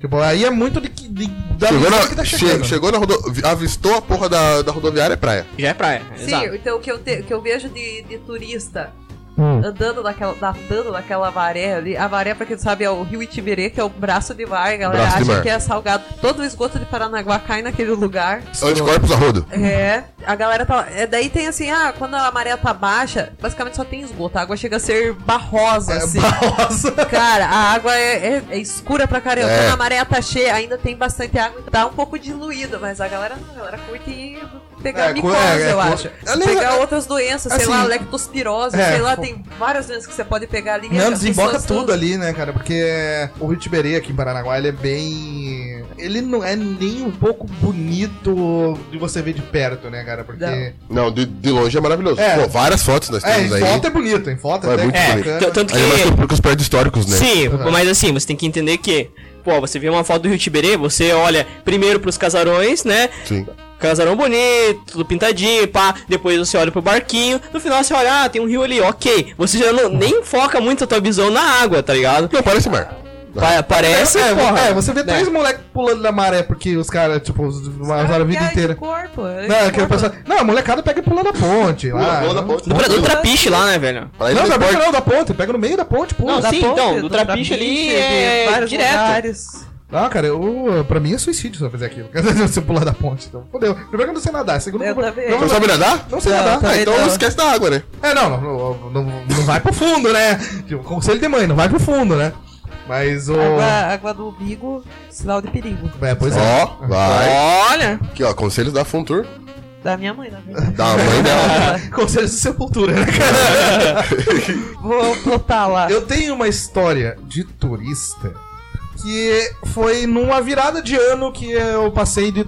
Tipo, aí é muito de, que- de- da Chegou visão na, que tá che- chegando. chegou na rodo- Avistou a porra da, da rodoviária, é praia. Já é praia. Sim, exato. então o que eu, te- o que eu vejo de, de turista Hum. andando naquela, nadando naquela maré ali. A maré, pra quem não sabe, é o rio Itiberê, que é o braço de mar. A galera Braço de acha mar. que é salgado. Todo o esgoto de Paranaguá cai naquele lugar. Anticorpos a rodo. É, a galera tá. É, daí tem assim, ah, quando a maré tá baixa, basicamente só tem esgoto. A água chega a ser É barrosa, assim. Nossa. Cara, a água é, é- é escura pra caramba. É. Quando a maré tá cheia, ainda tem bastante água. Tá um pouco diluída, mas a galera não. A galera curte ir pegar É, cu- micose, é, é, eu cu- acho. Ali- pegar outras doenças, sei assim, lá, lectospirose, é, sei lá, pô. tem várias doenças que você pode pegar ali. Não, As desemboca pessoas tudo, tão- ali, né, cara? Porque o Rio Tiberê aqui em Paranaguá, ele é bem. Ele não é nem um pouco bonito de você ver de perto, né, cara? Porque. Não. Não, de, de longe é maravilhoso. É. Pô, várias fotos nós É, um em temos aí. foto é bonito, em foto É até muito que É, bonito. bacana. t- tanto que. Ainda mais com- com os prédios históricos, né? Sim, mas assim, você tem que entender que, pô, você vê uma foto do Rio Tiberê, você olha primeiro pros casarões, né? Sim. Casarão bonito, tudo pintadinho, pá. Depois você olha pro barquinho. No final você olha, ah, tem um rio ali, ok. Você já não, nem foca muito a tua visão na água, tá ligado? Não, parece mar. Pa- parece, é, porra. é, você vê né? três moleques pulando na maré, porque os caras, tipo, os- usaram a vida Ah, que inteira. Corpo, Não, é que o corpo. pessoal- não, a molecada pega e pula na ponte. lá. é Pula- pula da ponte. Do, tra- do trapiche lá, né, velho? Pra ele Não, não da ponte importa. não, da ponte. Pega no meio da ponte, pula. Não, da sim, ponte. então, do trapiche ali é vários direto. lugares. Não, Ah, cara, eu, pra mim é suicídio se eu fazer aquilo. Se eu pular da ponte, então. Fodeu. Primeiro que eu não sei nadar. Segundo que Eu eu- também. não, Você não sabe nadar? não sei Não, nadar. tá. também Ah, então não. Esquece da água, né? É, não, não, não, não vai pro fundo, né? Tipo, conselho de mãe, não vai pro fundo, né? Mas o. Água, água do umbigo, sinal de perigo. É, pois é. Ó, vai. Olha! Aqui, ó, conselhos da Funtur. Da minha mãe, na verdade. Da mãe dela. Conselhos de sepultura, né, cara? Vou botar lá. Eu tenho uma história de turista que foi numa virada de ano que eu passei de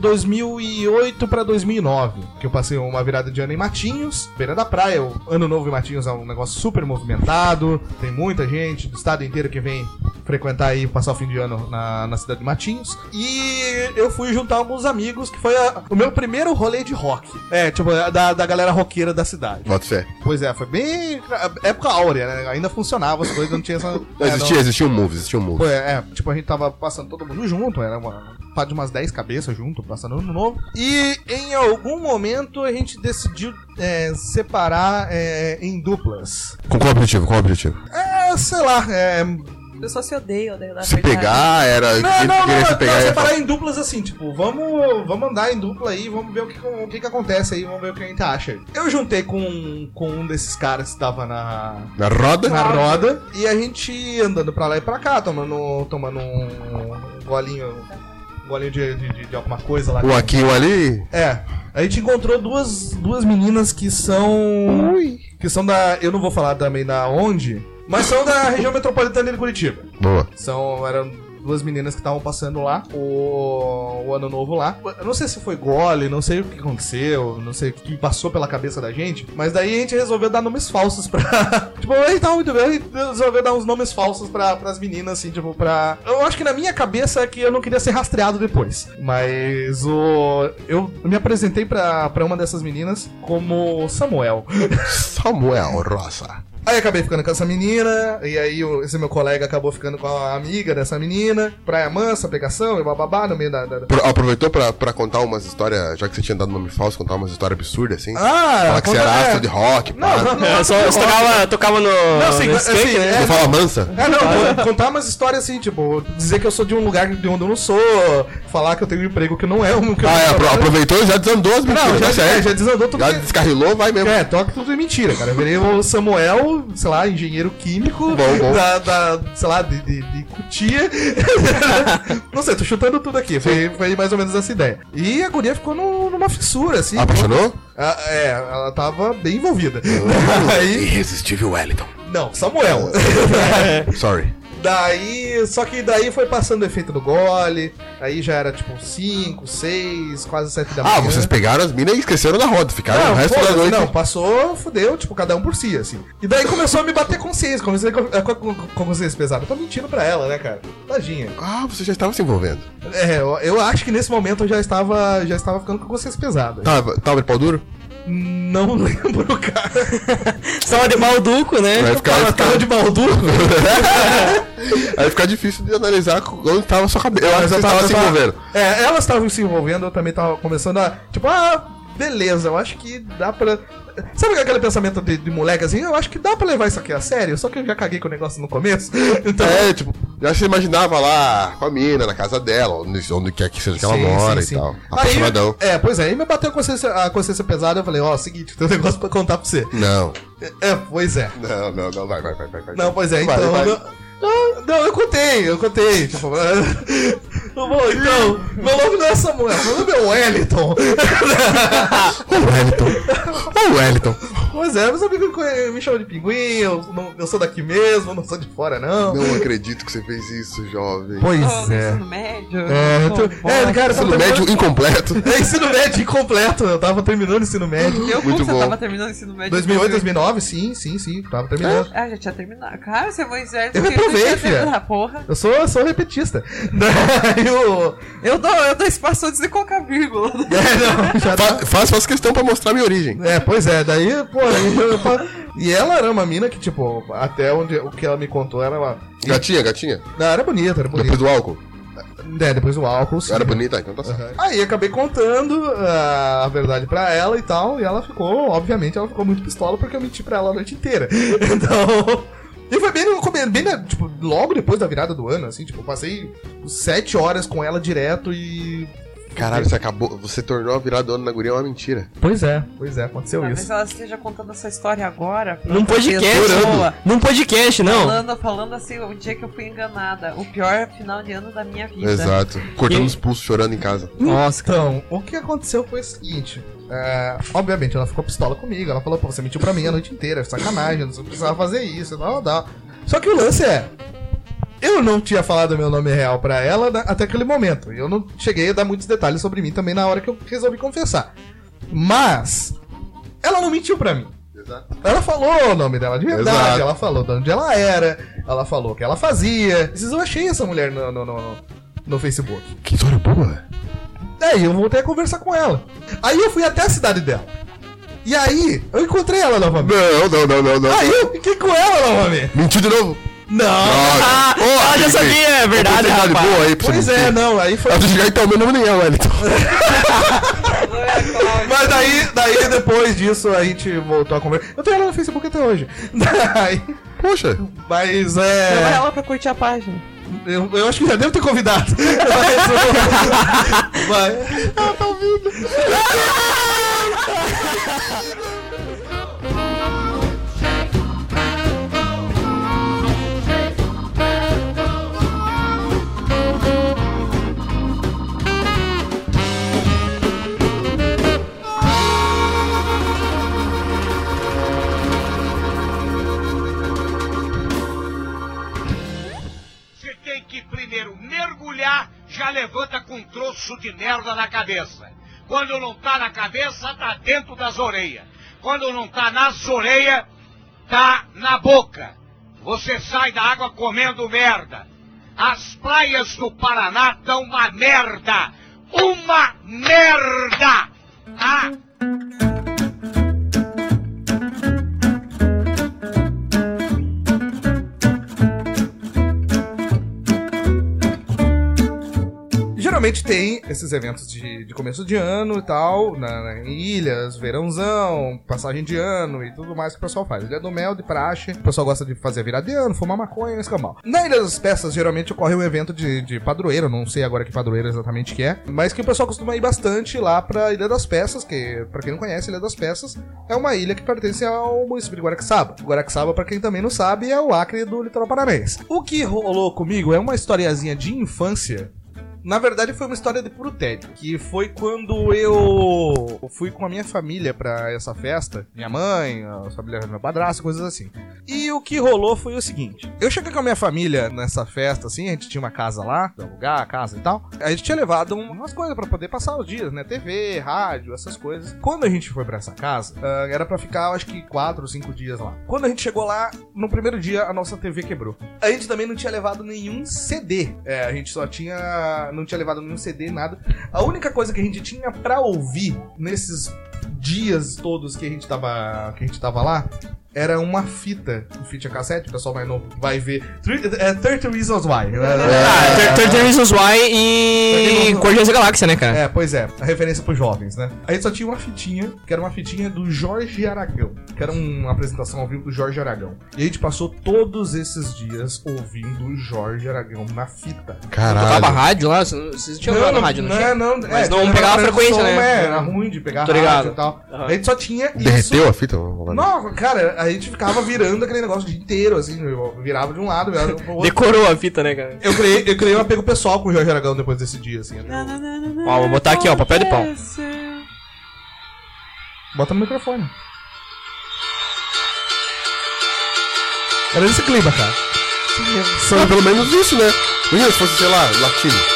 2008 pra 2009. Que eu passei uma virada de ano em Matinhos, beira da praia. O ano novo em Matinhos é um negócio super movimentado, tem muita gente do estado inteiro que vem frequentar e passar o fim de ano na, na cidade de Matinhos. E eu fui juntar alguns amigos, que foi a- o meu primeiro rolê de rock. É, tipo, da, da galera roqueira da cidade. Bota fé. Pois é, foi bem. Época áurea, né? Ainda funcionava as coisas, não tinha essa. Não, é, existia, existia um move, existia um não- move. Foi, é, tipo, a gente tava passando todo mundo junto, era uma pá de umas 10 cabeças junto, passando ano novo. E em algum momento a gente decidiu é, separar é, em duplas. Com qual objetivo? Qual objetivo? É, sei lá, é. As pessoas se odeiam, né? na Se verdade. pegar, era. Não, quem não, não, queria não, se pegar não, era- separar em duplas assim, tipo, vamos, vamos andar em dupla aí, vamos ver o que, o que, que acontece aí, vamos ver o que a gente acha. Eu juntei com, com um desses caras que tava na, Na roda? na roda e a gente andando pra lá e pra cá, tomando, tomando um golinho, um golinho de, de, de- de alguma coisa lá. Um aqui, um ali. É. A gente encontrou duas, duas meninas que são. Que são da. Eu não vou falar também da onde, mas são da região metropolitana de Curitiba. Boa. São, eram duas meninas que estavam passando lá, o, o ano novo lá. Eu não sei se foi gole, não sei o que aconteceu, não sei o que passou pela cabeça da gente, mas daí a gente resolveu dar nomes falsos pra. tipo, a gente tava muito bem, a gente resolveu dar uns nomes falsos pra, pras meninas, assim, tipo, pra. Eu acho que na minha cabeça é que eu não queria ser rastreado depois. Mas o. Eu me apresentei pra, pra uma dessas meninas como Samuel. Samuel Rosa. Aí acabei ficando com essa menina, e aí o- esse meu colega acabou ficando com a amiga dessa menina, praia mansa, pegação e bababá no meio da. da- da- Pro- Aproveitou pra, pra contar umas histórias, já que você tinha dado nome falso, contar umas histórias absurdas, assim. Ah, Falar que você era astro de rock, pá. Não, não, não, É, só eu tocava, tocava no. não, assim, no skate, né? assim, Você é, fala mansa? É, não, con- contar umas histórias assim, tipo, dizer que eu sou de um lugar de onde eu não sou, falar que eu tenho um emprego que não é um que eu Ah, é, apro- trabalho. aproveitou e já desandou as Não, mentiras, já, é, tá já, certo? já desandou tudo. Já que- descarrilou, vai mesmo. É, toca tudo é mentira, cara. Eu virei o Samuel, sei lá, engenheiro químico Bom, bom. Da, da, sei lá, de, de, de cutia. Não sei, tô chutando tudo aqui. Foi, foi mais ou menos essa ideia. E a guria ficou no- numa fissura, assim. Apaixonou? Ah, é, ela tava bem envolvida. Aí, Irresistível Wellington. não, Samuel. É. Sorry. Daí, só que daí foi passando o efeito do gole. Aí já era tipo 5, 6, quase 7 da manhã. Ah, vocês pegaram as minas e esqueceram da roda, ficaram o resto pô, da noite. Tá Não, passou, fudeu, tipo, cada um por si, assim. E daí começou a me bater consciência, comecei com, com, com, com consciência pesada. Eu tô mentindo pra ela, né, cara? Tadinha. Ah, você já estava se envolvendo. É, eu, eu acho que nesse momento eu já estava, já estava ficando com consciência pesada. Tava, tava de pau duro? Não lembro, cara. é. Tava de balduco, né? Vai ficar, vai ficar, Tava de balduco. vai ficar difícil de analisar onde tava a sua cabeça. Eu acho que Mas você eu tava- estava se eu tava- envolvendo. É, elas estavam se envolvendo, eu também tava começando a. Tipo, ah, beleza, eu acho que dá pra. Sabe aquele pensamento de, de moleque assim? Eu acho que dá pra levar isso aqui a sério, só que eu já caguei com o negócio no começo. Então. É, tipo, já se imaginava lá com a mina, na casa dela, onde, onde quer que seja que ela Sim, sim, mora e sim. tal. Aí, Apaixonadão. é, pois é, aí me bateu a consciência, a consciência pesada, eu falei, ó, seguinte, tem um negócio pra contar pra você. Não, É, pois é. não, não, não, vai, vai, vai, vai. vai. Não, pois é, Vai, então. vai. Não, não, eu contei, eu contei. Tipo, Bom, então, meu nome não é Samuel, meu nome é Wellington. Ô, Wellington. Ô, Wellington. Pois é, meus amigos me conhe- me chamam de pinguim, eu, não- eu sou daqui mesmo, eu não sou de fora, não. Não acredito que você fez isso, jovem. Pois Oh, é. ensino médio. É, tu- é, cara, eu tava Ensino médio terminando- incompleto. É ensino médio incompleto, eu tava terminando o ensino médio. Eu, Muito como bom. você tava terminando o ensino médio? 2008, 2009, sim, sim, sim, tava terminando. Ah, já tinha terminado. Cara, você é mais velho. Eu que reprovei, já filha. terminar, porra. Eu sou, eu sou repetista. Daí o. Eu dou, eu dou espaço antes de colocar vírgula. É, não, já Fa faço, faço questão pra mostrar minha origem. É, pois é, daí, pô, aí eu, fa- e ela era uma mina que, tipo, até onde o que ela me contou era uma. Gatinha, gatinha. Não, era bonita, era bonita. Depois do álcool. É, depois o álcool, sim. Era bonita, então tá certo. Aham. Aí acabei contando ah, a verdade pra ela e tal, e ela ficou, obviamente, ela ficou muito pistola porque eu menti pra ela a noite inteira. Então. E foi bem no começo, bem na- tipo, logo depois da virada do ano, assim, tipo, eu passei sete horas com ela direto e. Caralho, você acabou. Você tornou a virada do ano na guria uma mentira. Pois é, pois é, aconteceu Talvez isso. ela esteja contando essa história agora. pra Num outra podcast. pessoa. Num podcast, não. Falando, falando assim, o dia que eu fui enganada. O pior final de ano da minha vida. Exato. Cortando os pulsos, chorando em casa. Nossa, cara. Então, o que aconteceu foi o seguinte. é, obviamente, ela ficou pistola comigo. Ela falou, pô, você mentiu pra mim a noite inteira, é sacanagem, você precisava fazer isso, tal, tal. Só que o lance é. Eu não tinha falado meu nome real pra ela na- até aquele momento. E eu não cheguei a dar muitos detalhes sobre mim também na hora que eu resolvi confessar. Mas. Ela não mentiu pra mim. Ela falou o nome dela de verdade, Exato. ela falou de onde ela era, ela falou o que ela fazia. Esses eu achei essa mulher no, no, no, no Facebook. Que história boa. Daí É, eu voltei a conversar com ela. Aí eu fui até a cidade dela. E aí, eu encontrei ela novamente. Não, não, não, não, não. Aí eu fiquei com ela novamente. Mentiu de novo? Não. Ah, ah, já sabia, é verdade, rapaz. né? boa aí pra Pois você é, mentir. não, aí foi. Ah, tu chegar, então, meu nome nem é Wellington. Tá Mas daí, daí depois disso a gente voltou a conversar. Eu tenho ela no Facebook até hoje. Daí, Poxa, mas Chama é. ela pra curtir a página. Eu, eu acho que já devo ter convidado. Mas, o- mas- Você tem que primeiro mergulhar, já levanta com um troço de merda na cabeça. Quando não tá na cabeça, tá dentro das orelhas. Quando não tá nas orelhas, tá na boca. Você sai da água comendo merda. As praias do Paraná dão uma merda. Uma merda! Ah! Geralmente tem esses eventos de, de começo de ano e tal, na, na- em ilhas, verãozão, passagem de ano e tudo mais que o pessoal faz. Ilha do Mel, de praxe, o pessoal gosta de fazer virada de ano, fumar maconha, escamal. Na Ilha das Peças, geralmente ocorre um evento de, de padroeiro, não sei agora que padroeiro exatamente que é, mas que o pessoal costuma ir bastante lá pra Ilha das Peças, que, pra quem não conhece, Ilha das Peças é uma ilha que pertence ao município de Guaraxaba. Guaraxaba, pra quem também não sabe, é o Acre do litoral paranaense. O que rolou comigo é uma historiazinha de infância na verdade, foi uma história de puro tédio. Que foi quando eu fui com a minha família pra essa festa. Minha mãe, a família do meu padrasto, coisas assim. E o que rolou foi o seguinte: eu cheguei com a minha família nessa festa, assim, a gente tinha uma casa lá, pra alugar a casa e tal. A gente tinha levado um- umas coisas pra poder passar os dias, né? TV, rádio, essas coisas. Quando a gente foi pra essa casa, ah, era pra ficar, acho que, quatro ou cinco dias lá. Quando a gente chegou lá, no primeiro dia, a nossa TV quebrou. A gente também não tinha levado nenhum CD. É, a gente só tinha. Não tinha levado nenhum CD, nada. A única coisa que a gente tinha pra ouvir nesses dias todos que a gente tava, que a gente tava lá era uma fita, um fita cassete, o pessoal mais novo vai ver. Three- É 30 Reasons Why. né? Ah, Thir- Thirty Reasons Why e. Reasons Why. Guardiões da Galáxia, né, cara? É, pois é, a referência pros jovens, né? Aí só tinha uma fitinha, que era uma fitinha do Jorge Aragão, que era uma apresentação ao vivo do Jorge Aragão. E a gente passou todos esses dias ouvindo o Jorge Aragão na fita. Tocava Caralho. rádio lá, vocês tinham lá na rádio, não tinha? não, é não, Mas não tinha pegava na frequência, rádio, né? É, era ruim de pegar Tô rádio ligado. e tal. Aham. A gente só tinha isso. Derreteu a fita? Não. Não, cara, a gente ficava virando aquele negócio o dia inteiro, assim, eu virava de um lado, virava pro outro. Decorou a fita, né, cara? Eu criei, eu criei um apego pessoal com o Jorge Aragão depois desse dia, assim. até o- Ó, vou botar aqui, ó, papel de pão. Bota no microfone. Era esse clima, cara. Só pelo menos isso, né? Imagina se fosse, sei lá, latino.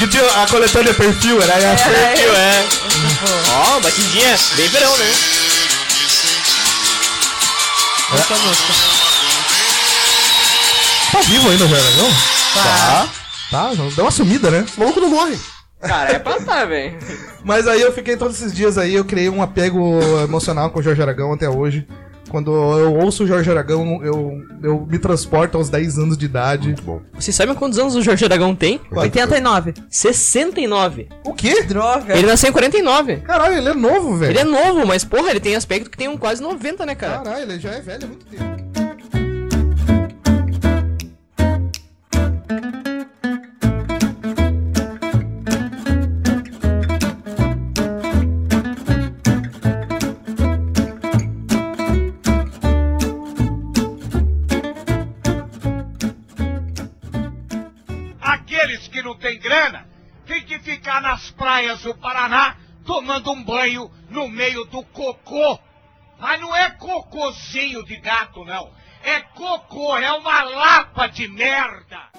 e tinha a coletânea perfil, era essa. Perfil, é. Ó, batidinha, bem verão, né? Tá vivo ainda o Jorge Aragão? Tá. Tá, deu uma sumida, né? O maluco não morre. Cara, é pra tá, velho. Mas aí eu fiquei todos esses dias aí, eu criei um apego emocional com o Jorge Aragão até hoje. Quando eu ouço o Jorge Aragão, eu, eu me transporto aos 10 anos de idade. Muito bom. Vocês sabem quantos anos o Jorge Aragão tem? 89. 69. O quê? Droga. Ele nasceu em 49. Caralho, ele é novo, velho. Ele é novo, mas porra, ele tem aspecto que tem um quase 90, né, cara? Caralho, ele já é velho há muito tempo. Aqueles que não têm grana têm que ficar nas praias do Paraná tomando um banho no meio do cocô. Mas não é cocôzinho de gato, não. É cocô, é uma lapa de merda.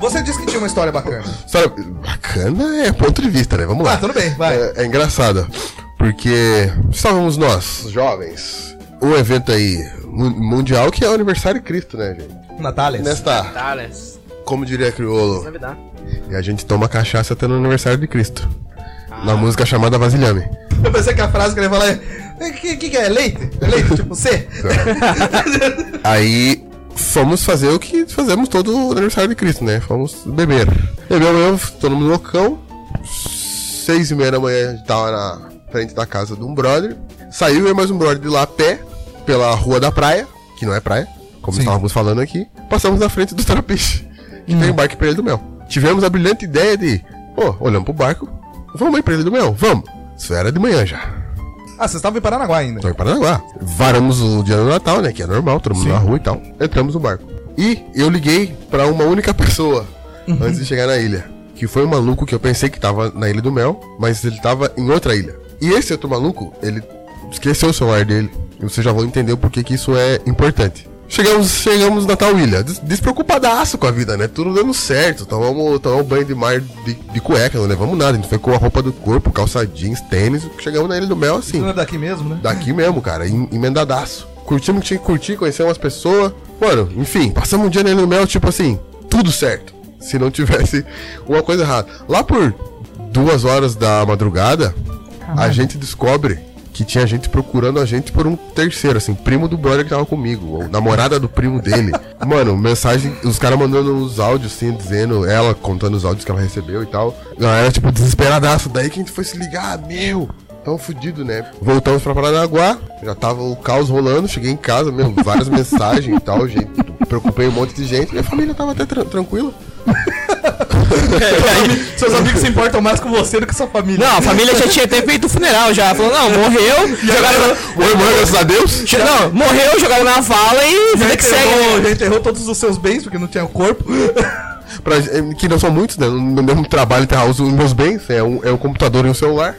Você disse que tinha uma história bacana. Sabe, bacana é ponto de vista, né? Vamos lá. Ah, tudo bem, vai. É, é engraçado, porque estávamos nós, jovens, um evento aí mu- mundial que é o aniversário de Cristo, né, gente? Natália. Nesta, Thales. como diria Criolo, Sabe dar. e a gente toma cachaça até no aniversário de Cristo. Na música chamada Vasilhame. Eu pensei que a frase que ele ia falar é. O que, que que é? Leite? É Leite, tipo C? Tá. Aí fomos fazer o que fazemos todo o aniversário de Cristo, né? Fomos beber. Bebeu, bebeu, todo mundo loucão. Seis e meia da manhã a gente tava na frente da casa de um brother. Saiu eu e mais um brother de lá a pé, pela rua da praia, que não é praia, como estávamos falando aqui. Passamos na frente do Trapiche, que tem o barco em Pereira do Mel. Tivemos a brilhante ideia de, pô, olhamos pro barco, vamos em Pereira do Mel, vamos. Isso era de manhã já. Ah, vocês estavam em Paranaguá ainda. Tô em Paranaguá. Varamos o dia do Natal, né? Que é normal, todo mundo na rua e tal. Entramos no barco. E eu liguei pra uma única pessoa antes de chegar na ilha. Que foi um maluco que eu pensei que tava na Ilha do Mel, mas ele tava em outra ilha. E esse outro maluco, ele esqueceu o celular dele. E vocês já vão entender o porquê que isso é importante. Chegamos, chegamos na tal ilha, des- despreocupadaço com a vida, né? Tudo dando certo. Tomamos, tomamos banho de mar de, de cueca, não levamos nada. A gente foi com a roupa do corpo, calça jeans, tênis. Chegamos na Ilha do Mel assim. Não é daqui mesmo, né? Daqui mesmo, cara, em- emendadaço. Curtimos o que tinha que curtir, conhecer umas pessoas. Mano, enfim, passamos um dia no mel, tipo assim, tudo certo. Se não tivesse uma coisa errada. Lá por duas horas da madrugada, a gente descobre que tinha gente procurando a gente por um terceiro, assim, primo do brother que tava comigo, ou namorada do primo dele. Mano, mensagem, os caras mandando os áudios, assim, dizendo, ela contando os áudios que ela recebeu e tal. Galera, tipo, desesperadaço. Daí que a gente foi se ligar, "Ah, meu, Tão fudido, né? Voltamos pra Paranaguá, já tava o caos rolando, cheguei em casa, meu, várias mensagens e tal, gente. Preocupei um monte de gente, minha família tava até tra- tranquila. Seus amigos se importam mais com você do que sua família. Não, a família já tinha até feito o funeral já. Falou, não, morreu, jogaram na... Oi, mãe, graças a Deus! jo- Não, morreu, jogaram na vala e vida que segue. enterrou, né? já enterrou todos os seus bens, porque não tinha corpo. Pra gen- que não são muitos, né? Não não deu um trabalho é enterrar os os meus bens, é um, é um computador e um celular.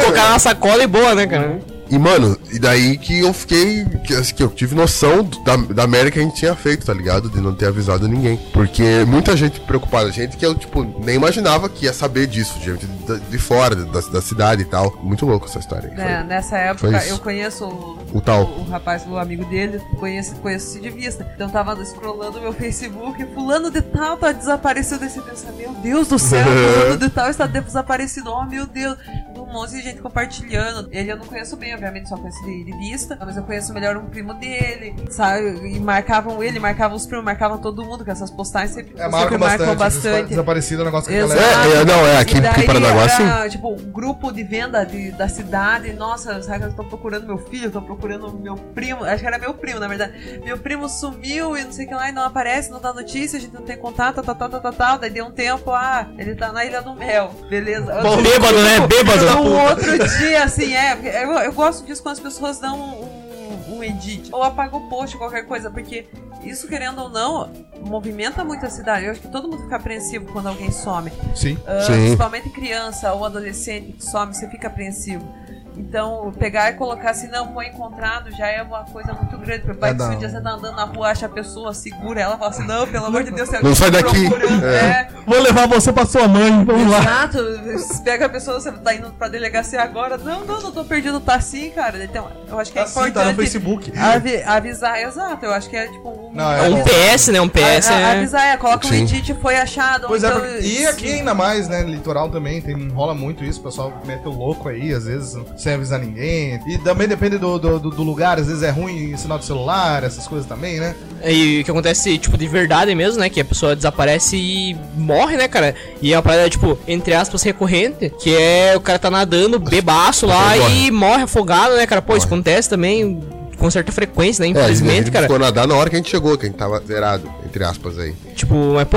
Colocaram na sacola e boa, né, cara? E, mano, e daí que eu fiquei. Que, assim, que eu tive noção do- da, da merda que a gente tinha feito, tá ligado? De não ter avisado ninguém. Porque muita gente preocupada, gente que eu, tipo, nem imaginava que ia saber disso, gente da- de, fora, da, da cidade e tal. Muito louco essa história. aí. Né, Foi- nessa foi época isso. eu conheço o, O tal. o rapaz, o amigo dele, conheço, conheço de vista. Então eu tava scrollando meu Facebook, fulano de tal tá desaparecido. Aí você pensa, meu Deus do céu, fulano de tal está desaparecido, oh meu Deus. Um monte de gente compartilhando. Ele eu não conheço bem, obviamente, só conheço de, de vista, mas eu conheço melhor um primo dele, sabe? E marcavam ele, marcavam os primos, marcavam todo mundo, com essas postagens sempre, É, marca sempre bastante. marcam bastante. bastante. Desaparecido o negócio que a Exato. galera. É, é, não, é, aqui- E aqui em daí Paranaguá, era, Tipo, um grupo de venda de- da cidade. Nossa, sabe, eu tô procurando meu filho, eu tô procurando meu primo. Acho que era meu primo, na verdade. Meu primo sumiu e não sei o que lá, e não aparece, não dá notícia, a gente não tem contato, tal, tal, tal, tal, tal. Daí deu um tempo, ah, ele tá na Ilha do Mel. Beleza. Outro- Bêbado, né? Bêbado. no outro dia, assim, é. porque Eu, eu gosto disso quando as pessoas dão um, um edit. Ou apaga o post, qualquer coisa, porque isso, querendo ou não, movimenta muito a cidade. Eu acho que todo mundo fica apreensivo quando alguém some. Sim. Ah, Sim. Principalmente criança ou adolescente que some, você fica apreensivo. Então, pegar e colocar assim, não foi encontrado, já é uma coisa muito grande. Porque vai É, que se um não. dia você tá andando na rua, acha a pessoa, segura ela, fala assim, não, pelo amor de Deus, você Não sai daqui. procurando, é. Vou levar você pra sua mãe, vamos lá. Exato, pega a pessoa, você tá indo pra delegacia agora. Não, não, não tô perdido, tá assim, cara. Então, eu acho que é Tá sim, tá no importante Facebook. avi- avisar, exato. Eu acho que é tipo um. Não, É um PS, né? Um PS a- a- é. Avisar, é, coloca um Sim. edit, foi achado. Pois é, então, porque- e aqui ainda mais, né? Litoral também tem, rola muito isso, o pessoal mete o louco aí, às vezes, sem avisar ninguém. E também depende do, do, do- do lugar, às vezes é ruim sinal de celular, essas coisas também, né? E o que acontece, tipo, de verdade mesmo, né? Que a pessoa desaparece e morre, né, cara? E é uma parada, tipo, entre aspas, recorrente, que é o cara tá nadando, bebaço lá Morre. e morre afogado, né, cara? Pô, isso acontece também com certa frequência, né? É, a gente- a Infelizmente, gente cara. ficou nadar na hora que a gente chegou, que a gente tava zerado, entre aspas aí. Tipo, mas, pô,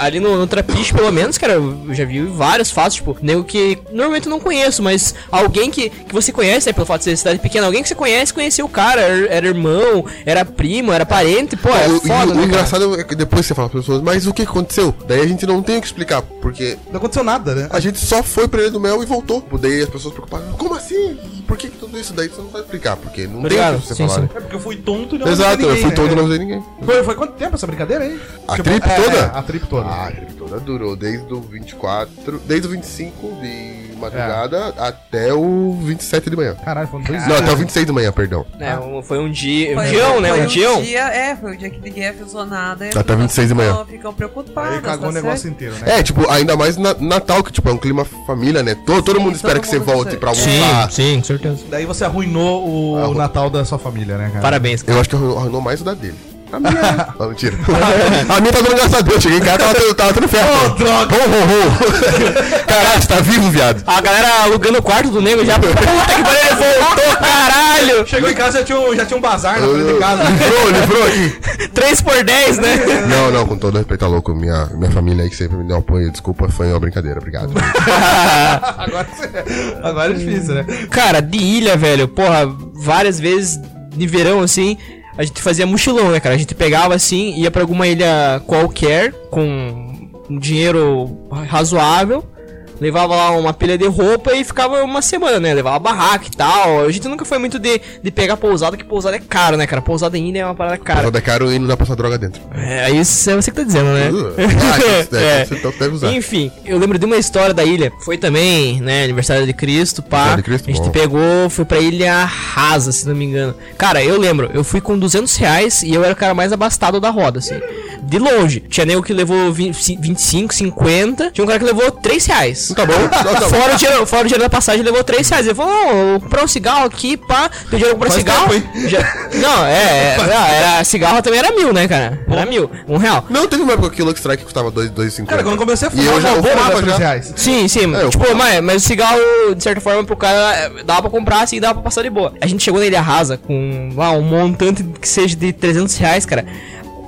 ali no, no Trapiche, pelo menos, cara, eu já vi vários fatos, tipo, nego que normalmente eu não conheço, mas alguém que, que você conhece, né, pelo fato de ser cidade pequena, alguém que você conhece, conheceu o cara, era, era irmão, era primo, era parente, pô, é o, foda, e o- o né, cara? engraçado é que depois você fala pras pessoas, mas o que aconteceu? Daí a gente não tem o que explicar, porque Não aconteceu nada, né? A gente só foi pra Ilha do Mel e voltou. Tipo, Daí as pessoas preocupadas, como assim? Por que, que tudo isso? Daí você não vai explicar, porque não Obrigado. tem o que você Sim, falar. sim. né? É porque eu fui tonto e não Exato, avisei eu fui ninguém, todo e né? não avisei ninguém. Foi, foi quanto tempo essa brincadeira aí? Tipo, é, A trip toda? a trip toda. Ah, a trip toda durou desde o 24, desde o 25 de madrugada É. até o 27 de manhã. Caralho, foram dois Não, dias. até o 26 de manhã, perdão. É, um- foi um dia. Foi, um dião, né? foi Um dião. dia, é, foi o dia que ninguém avisou nada. e as Até pessoas 26 de manhã. ficam- Ficam preocupadas. Aí cagou tá o negócio certo? inteiro, né? É, tipo, ainda mais na Natal, que tipo, é um clima família, né? Todo, todo Sim, mundo espera todo que você mundo volte espera. pra almoçar. sim, com certeza. É, Daí você arruinou o Arru- Natal da sua família, né, cara? Parabéns, cara. Eu acho que eu arruinou mais o da dele. A minha. ah, mentira. a minha tá dando graças a Deus. Cheguei em casa, tava, tendo- tava tendo festa. Oh, droga! Ho, ho, ho. Caralho, você tá vivo, viado. A galera alugando o quarto do nego já. Puta que pariu, ele voltou, caralho! Chegou em casa já tinha um, já tinha um bazar na frente de casa. Livrou, livrou aqui. 3 por 10 né? Não, não, com todo respeito, tá louco. Minha, minha família aí que sempre me deu apoio. Desculpa, foi uma brincadeira, obrigado. Agora, agora é difícil, né? Cara, de ilha, velho, porra, várias vezes de verão assim. A gente fazia mochilão, né, cara? A gente pegava assim, ia pra alguma ilha qualquer, com um dinheiro razoável, levava lá uma pilha de roupa e ficava uma semana, né? Levava barraca e tal. A gente nunca foi muito de, de pegar pousada, que pousada é caro, né, cara? Pousada em ilha é uma parada cara. Só da caro e não dá pra passar droga dentro. É, isso é você que tá dizendo, né? Uh, ah, isso deve- isso então deve usar. Enfim, eu lembro de uma história da ilha. Foi também, né? Aniversário de Cristo, pá. Aniversário de Cristo, a gente bom. pegou, foi pra Ilha Rasa, se não me engano. Cara, eu lembro, eu fui com 200 reais e eu era o cara mais abastado da roda, assim. De longe. Tinha nego que levou 20, 25, 50. Tinha um cara que levou 3 reais. Tá bom? Não, tá bom. Fora o, dinheiro, fora o dinheiro da passagem, ele levou 3 reais. Ele falou, não, eu vou comprar um cigarro aqui, pá. Deu dinheiro pra comprar um cigarro. Já- não, é, é, não, era, cigarro também era mil, né, cara? Era mil, um real. Não, teve uma época que o Lucky Strike custava 2,50. Cara, quando eu comecei a E fumar, eu já eu já fumava fumava já. reais. Sim, sim. É, eu tipo, comprava. mas, mas o cigarro, de certa forma, pro cara é, dava pra comprar assim, dava pra passar de boa. A gente chegou na Ilha Rasa com lá, um montante que seja de 300 reais, cara.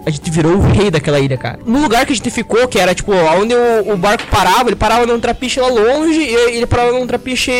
A gente virou o rei daquela ilha, cara. No lugar que a gente ficou, que era tipo, onde o, o barco parava, ele parava num trapiche lá longe e ele parava num trapiche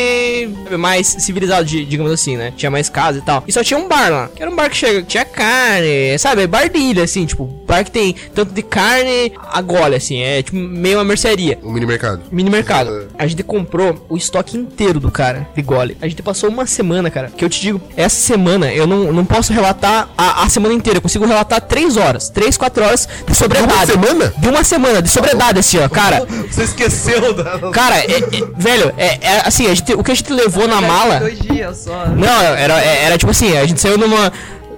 mais civilizado, de- digamos assim, né? Tinha mais casa e tal. E só tinha um bar lá. Que era um bar que chega, tinha carne, sabe? Bar de ilha, assim, tipo, parque tem tanto de carne agora, assim, é tipo meio uma mercearia. Um mini mercado. Mini Uhum. mercado. A gente comprou o estoque inteiro do cara de gole. A gente passou uma semana, cara. Que eu te digo, essa semana eu não, não posso relatar a, a semana inteira. Eu consigo relatar 3 horas, 3, 4 horas de sobredade. De uma semana? De uma semana, de sobredade, assim, ó, cara. Você esqueceu da. Cara, é- é- velho, é, é assim, a gente, o que a gente levou na mala. Dois dias só. Não, era, é- era tipo assim, a gente saiu numa.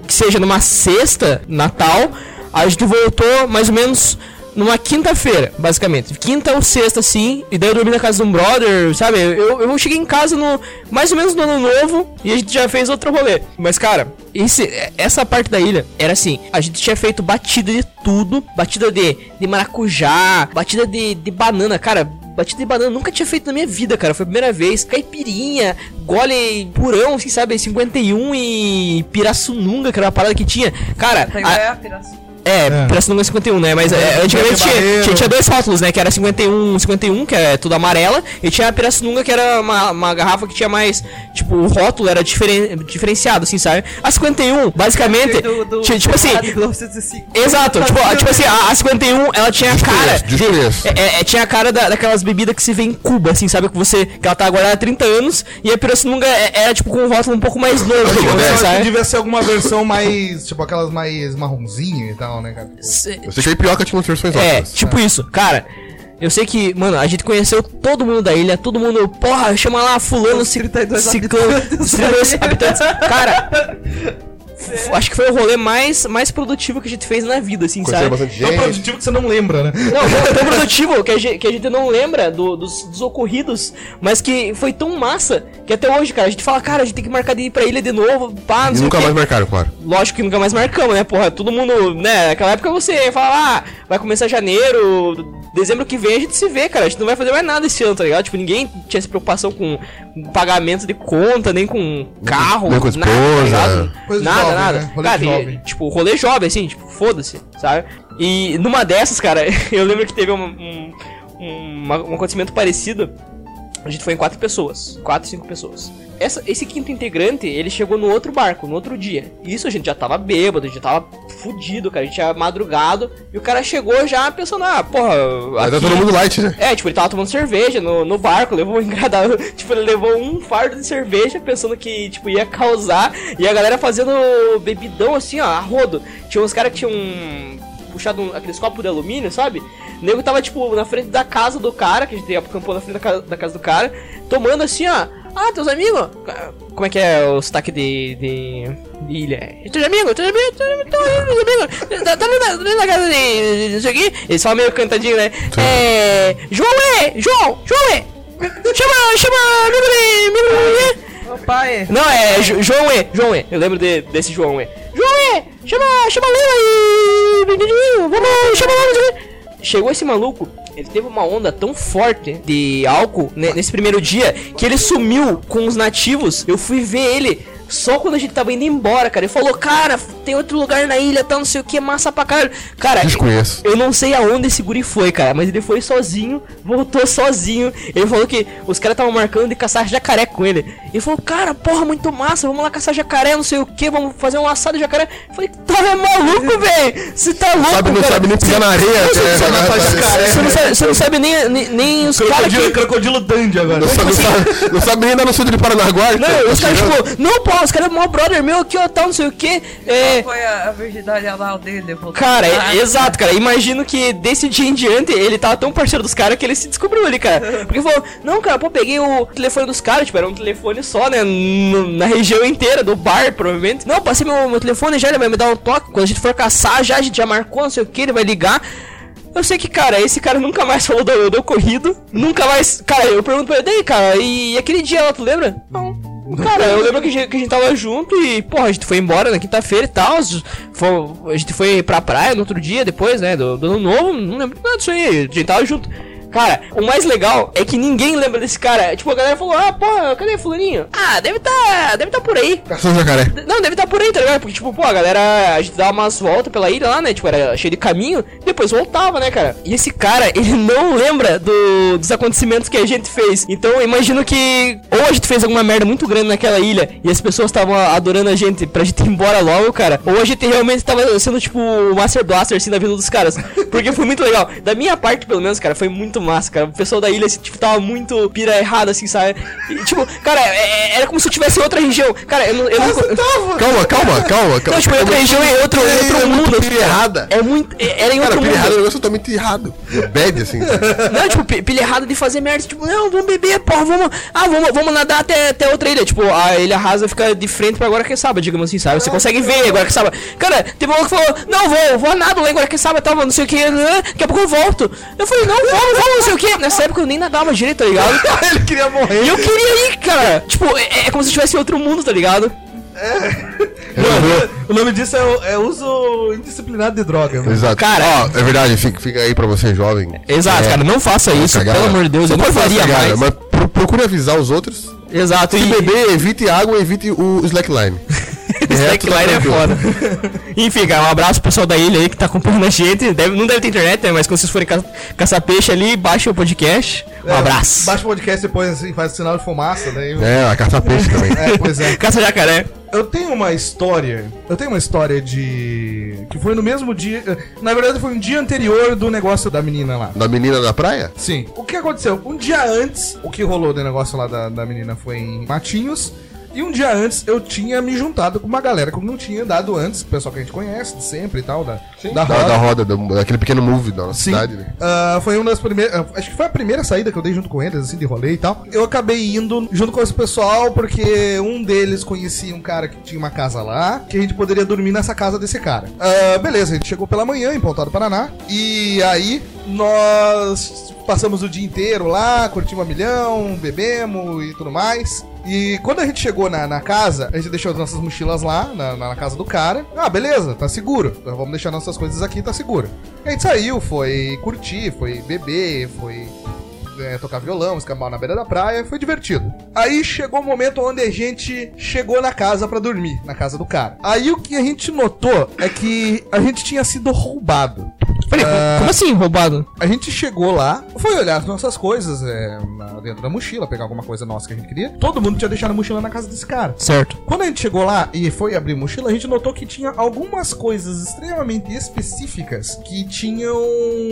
Que seja numa sexta, Natal, a gente voltou mais ou menos numa quinta-feira, basicamente. Quinta ou sexta, assim, e daí eu dormi na casa de um brother, sabe? Eu, eu cheguei em casa no. Mais ou menos no ano novo e a gente já fez outro rolê. Mas, cara, esse, essa parte da ilha era assim, a gente tinha feito batida de tudo, batida de, de maracujá, batida de, de banana, cara. Batida de banana nunca tinha feito na minha vida, cara. Foi a primeira vez. Caipirinha, gole purão, assim, sabe? 51 e Pirassununga, que era uma parada que tinha. Cara, Tem né? a- a... piração. é, Pirassununga é 51, né? Mas é, antigamente tinha tinha, barreiro. tinha, tinha dois rótulos, né? Que era 51, 51, que é tudo amarela. E tinha a Pirassununga, que era uma, uma garrafa que tinha mais. Tipo, o rótulo era diferen, diferenciado, assim, sabe? A 51, basicamente. Do- do- tinha, tipo assim. lá de 1905. Exato, tipo, tipo assim, a, a 51 ela tinha a cara. Desconheço, desconheço. É, é, é, tinha a cara da- daquelas bebidas que se vê em Cuba, assim, sabe? Que você. Que ela tá agora há 30 anos e a pirassununga é- era tipo com um rótulo um pouco mais novo, tipo, Eu né, acho que sabe? devia ser alguma versão mais. Tipo aquelas mais marronzinha e tal, né, cara? Se- Eu sei que a Ipioca tinha umas versões É, ótimas. tipo isso, cara. Eu sei que, mano, a gente conheceu todo mundo da ilha, todo mundo, porra, chama lá fulano, ci- 32 ciclano, habitantes 32 da ilha. habitantes. Cara, f- acho que foi o rolê mais, mais produtivo que a gente fez na vida, assim, Conheceram sabe? bastante Tão gente. produtivo é um que você não lembra, né? Não, foi tão produtivo que a gente, que a gente não lembra do- dos, dos ocorridos, mas que foi tão massa que até hoje, cara, a gente fala, cara, a gente tem que marcar de ir pra ilha de novo, pá, não E sei nunca o quê. mais marcaram, claro. Lógico que nunca mais marcamos, né, porra? Todo mundo, né? Naquela época você fala, ah, vai começar janeiro, dezembro que vem a gente se vê, cara. A gente não vai fazer mais nada esse ano, tá ligado? Tipo, ninguém tinha essa preocupação com pagamento de conta, nem com carro, nem com nada, tá esposa. ligado? Coisa de nada, jovem, nada. né? Rolê Cara, de jovem. e, tipo, rolê jovem, assim, tipo, foda-se, sabe? E numa dessas, cara, eu lembro que teve um, um, um- um acontecimento parecido. A gente foi em quatro pessoas. Quatro, cinco pessoas. Essa- esse quinto integrante, ele chegou no outro barco, no outro dia. Isso a gente já tava bêbado, a gente tava fudido, cara. A gente tinha madrugado. E o cara chegou já pensando, ah, porra. Mas tá aqui- todo mundo light, né? é, tipo, ele tava tomando cerveja no, no barco, levou um engradado. Tipo, ele levou um fardo de cerveja pensando que, tipo, ia causar. E a galera fazendo bebidão assim, ó, a rodo. Tinha uns caras que tinham puxado um, aqueles copos de alumínio, sabe? O nego tava, tipo, na frente da casa do cara, que a gente acampou na frente da casa, da casa do cara, tomando assim, ó. Ah, teus amigos? Como é que é o sotaque de. de. de ilha? Teus amigos, teus amigos, teus amigos, teus amigos. Tá, tá ali na- ali na casa de. de- disso aqui? Eles falam meio cantadinho, né? É. João é! João! João é! Chama, chama, é, amigo de. amigo de mulher. Ô, pai. Não, é Jo- João E, João E. Eu lembro de- desse João E. João E, chama, chama a Leila e... Benedinho, Vamos, chama lá, não sei o quê. Chegou esse maluco, ele teve uma onda tão forte de álcool né, nesse primeiro dia que ele sumiu com os nativos. Eu fui ver ele só quando a gente tava indo embora, cara. Ele falou, cara, tem outro lugar na ilha, tá, não sei o que, massa pra caralho. Cara, Desconheço. eu não sei aonde esse guri foi, cara, mas ele foi sozinho, voltou sozinho. Ele falou que os caras estavam marcando de caçar jacaré com ele. Ele falou, cara, porra, muito massa, vamos lá caçar jacaré, não sei o que, vamos fazer um assado de jacaré. Eu falei, tá é maluco, velho? Você tá louco, Sabe, não cara? sabe nem pisar na areia, Você né? você não sabe- Vai fazer- você não sabe- você não sabe nem, nem, nem os caras que... Crocodilo, crocodilo Dandy agora. Não sabe, não sabe- não sabe nem andar no sul de Paranaguá. Não, os caras, tipo, não, porra, os caras é o maior brother meu aqui, ó, tal, não sei o que. É, Qual foi a, a virgindade anal dele? Voltou. Cara, é- Ah, exato, cara. Imagino que desse dia em diante ele tava tão parceiro dos caras que ele se descobriu ali, cara. Porque falou, não, cara, pô, peguei o telefone dos caras, tipo, era um telefone só, né? n- Na região inteira, do bar, provavelmente. Não, passei meu, meu telefone já, ele vai me dar um toque. Quando a gente for caçar, já, a gente já marcou, não sei o que, ele vai ligar. Eu sei que, cara, esse cara nunca mais falou do, do ocorrido. Nunca mais. Cara, eu pergunto pra ele, daí, cara, e aquele dia lá, tu lembra? Não. Cara, eu lembro que a, gente, que a gente tava junto e, porra, a gente foi embora na quinta-feira e tal. foi- a gente foi pra praia no outro dia, depois, né, do, do ano novo, não lembro nada disso aí, a gente tava junto. Cara, o mais legal é que ninguém lembra desse cara. Tipo, a galera falou, ah, porra, cadê fulaninho? Ah, deve tá, deve tá por aí. Caçando é um jacaré. D- Não, deve estar por aí, tá ligado? Porque, tipo, pô, a galera, a gente dava umas voltas pela ilha lá, né? Tipo, era cheio de caminho, depois voltava, né, cara? E esse cara, ele não lembra do- dos acontecimentos que a gente fez. Então, eu imagino que ou a gente fez alguma merda muito grande naquela ilha e as pessoas estavam adorando a gente pra gente ir embora logo, cara. Ou a gente realmente tava sendo, tipo, o Master Blaster, assim, da vida dos caras. Porque foi muito legal. Da minha parte, pelo menos, cara, foi muito massa, cara. O pessoal da ilha, assim, tipo, tava muito pira errada, assim, sabe? E, tipo, cara, é- é- era como se eu tivesse em outra região. Cara, eu não. Eu não... Calma, calma, calma, calma. Não, então, tipo, é outra região, é outro, é outro mundo. Pilha errada. É muito. é- Era em Cara, outro pilha mundo. errada é um negócio totalmente errado. Bad, assim. Não, tipo, pi- pilha errada de fazer merda. Tipo, não, vamos beber, porra, vamos. Ah, vamos, vamos nadar até, até outra ilha. Tipo, a ilha rasa fica de frente pra Guaraqueçaba, digamos assim, sabe? Você consegue ver Guaraqueçaba. Cara, teve um maluco que falou, não, vou, vou nadar lá em Guaraqueçaba, tava, não sei o que, daqui a pouco eu volto. Eu falei, não, vamos, vamos, não sei o que. Nessa época eu nem nadava direito, tá ligado? Ele queria morrer. E eu queria ir, cara. Tipo, é, é como se eu estivesse em outro mundo, tá ligado? Mano, o nome disso é, o- é uso indisciplinado de droga. né? mano. Exato. Cara. Ó, é verdade, fica, fica aí pra você, jovem. É, Exato, cara, não faça isso, Cagada. pelo amor de Deus, eu não Não faz faria cagada, mais. Mas pro- procure avisar os outros. Exato, Se e beber, evite água, evite o slackline. Reto tá Slackline é tranquilo. foda. Enfim, cara, um abraço pro pessoal da ilha aí que tá acompanhando a gente. Deve- não deve ter internet, né? Mas quando vocês forem ca- caçar peixe ali, baixa o podcast. Um É, abraço. Baixa o podcast depois, assim, faz sinal de fumaça, daí... É, a carta peixe também. É, pois é. Caça jacaré. Eu tenho uma história. Eu tenho uma história de. Que foi no mesmo dia. Na verdade, foi um dia anterior do negócio da menina lá. Da menina da praia? Sim. O que aconteceu? Um dia antes, o que rolou do negócio lá da, da menina foi em Matinhos. E um dia antes eu tinha me juntado com uma galera que eu não tinha dado antes, o pessoal que a gente conhece de sempre e tal, da, da Da, roda. da roda, do- daquele pequeno move da nossa Sim. cidade, né? Ah, foi uma das primeiras. ah, Acho que foi a primeira saída que eu dei junto com eles, assim, de rolê e tal. Eu acabei indo junto com esse pessoal, porque um deles conhecia um cara que tinha uma casa lá, que a gente poderia dormir nessa casa desse cara. Ah, beleza, a gente chegou pela manhã em Pontal do Paraná. E aí nós passamos o dia inteiro lá, curtimos a milhão, bebemos e tudo mais. E quando a gente chegou na, na casa, a gente deixou as nossas mochilas lá, na, na- na casa do cara. Ah, beleza, tá seguro. Então vamos deixar nossas coisas aqui, tá seguro. A gente saiu, foi curtir, foi beber, foi é, tocar violão, escambar na beira da praia, foi divertido. Aí chegou o momento onde a gente chegou na casa pra dormir, na casa do cara. Aí o que a gente notou é que a gente tinha sido roubado. Peraí, Ah. como assim, roubado? A gente chegou lá, foi olhar as nossas coisas é, na- dentro da mochila, pegar alguma coisa nossa que a gente queria. Todo mundo tinha deixado a mochila na casa desse cara. Certo. Quando a gente chegou lá e foi abrir mochila, a gente notou que tinha algumas coisas extremamente específicas que tinham.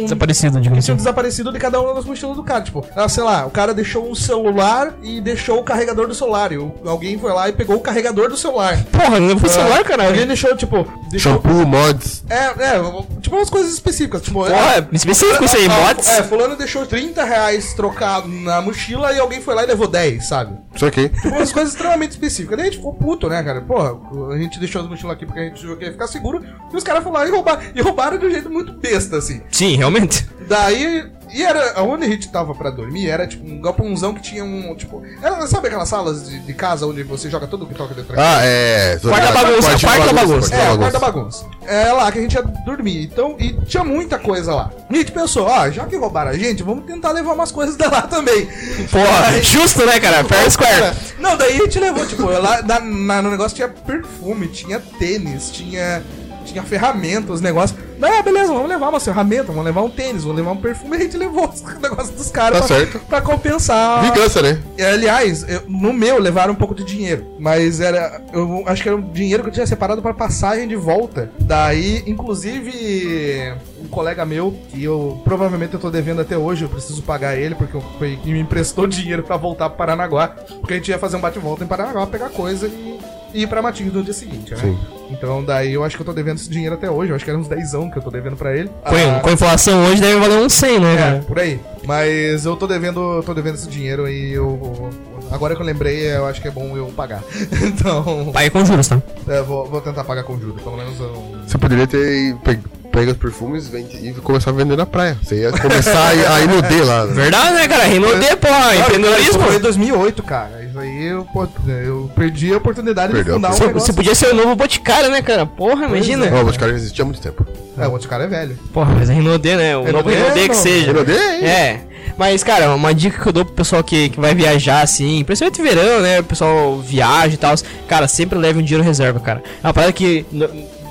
Desaparecido, digamos tinham assim. desaparecido de cada uma das mochilas do cara. Tipo, ah, sei lá, o cara deixou um celular e deixou o carregador do celular. E o- alguém foi lá e pegou o carregador do celular. Ah, Porra, não foi celular, Alguém caralho. deixou, tipo. Deixou... Shampoo, mods. É, é, tipo umas coisas específicas. Tipo, Porra, específico isso aí, ah, mods. É, fulano deixou 30 reais trocado na mochila e alguém foi lá e levou 10, sabe? Isso aqui. Tipo, umas coisas extremamente específicas. Daí a gente ficou puto, né, cara? Porra, a gente deixou as mochilas aqui porque a gente achou que ia ficar seguro. E os caras foram lá e roubaram. E roubaram de um jeito muito besta, assim. Sim, realmente. Daí. E era. Onde a gente tava pra dormir era tipo um galpãozão que tinha um. Tipo. era- sabe aquelas salas de, de casa onde você joga tudo que toca dentro da Ah, é. Quarta bagunça, quarta bagunça. É, o quarto da bagunça. É lá que a gente ia dormir. Então, e tinha muita coisa lá. E a gente pensou, ó, já que roubaram a gente, vamos tentar levar umas coisas da lá também. Porra, justo, né, cara? Fair Square. Não, daí a gente levou, tipo, lá na- na- no negócio tinha perfume, tinha tênis, tinha. Tinha ferramentas, os negócios. Daí, ah, beleza, vamos levar umas ferramentas, vamos levar um tênis, vamos levar um perfume. E a gente levou os negócios dos caras Tá pra, certo. pra compensar. Vingança, né? E, É, Aliás, eu- no meu levaram um pouco de dinheiro, mas era. Eu acho que era um dinheiro que eu tinha separado pra passagem de volta. Daí, inclusive, um colega meu, que eu provavelmente eu tô devendo até hoje, eu preciso pagar ele, porque eu- foi que me emprestou dinheiro pra voltar pro Paranaguá. Porque a gente ia fazer um bate-volta em Paranaguá, pegar coisa e, e ir pra Matinhos no dia seguinte, né? Sim. Então daí eu acho que eu tô devendo esse dinheiro até hoje, eu acho que era uns 10 que eu tô devendo pra ele. Com, Ah, com a inflação hoje deve valer uns 100, né, é, cara? por aí. Mas eu tô devendo, tô devendo esse dinheiro e eu. Agora que eu lembrei, eu acho que é bom eu pagar. Então, Paga com juros, tá? é, vou, vou tentar pagar com juros, pelo menos eu. Você poderia ter pe- pego os perfumes vende- e começar a vender na praia. Você ia começar a, a inudar lá. né? Verdade, né, cara? Renaudet, porra, empreendedorismo. Foi em 2008, cara. Isso aí eu, pô, eu perdi a oportunidade Perdeu a de fundar um Você, você negócio. podia ser o novo Boticário, né, cara? Porra, imagina. Não, o Boticário já existia há muito tempo. É, o outro cara é velho. é. Porra, mas é Renaudet, né? O novo Renaudet, Renaudet que não. seja. Renaudet, hein? É. Mas, cara, uma dica que eu dou pro pessoal que, que vai viajar, assim, principalmente verão, né? O pessoal viaja e tal. Cara, sempre leve um dinheiro reserva, cara. É uma parada que, no-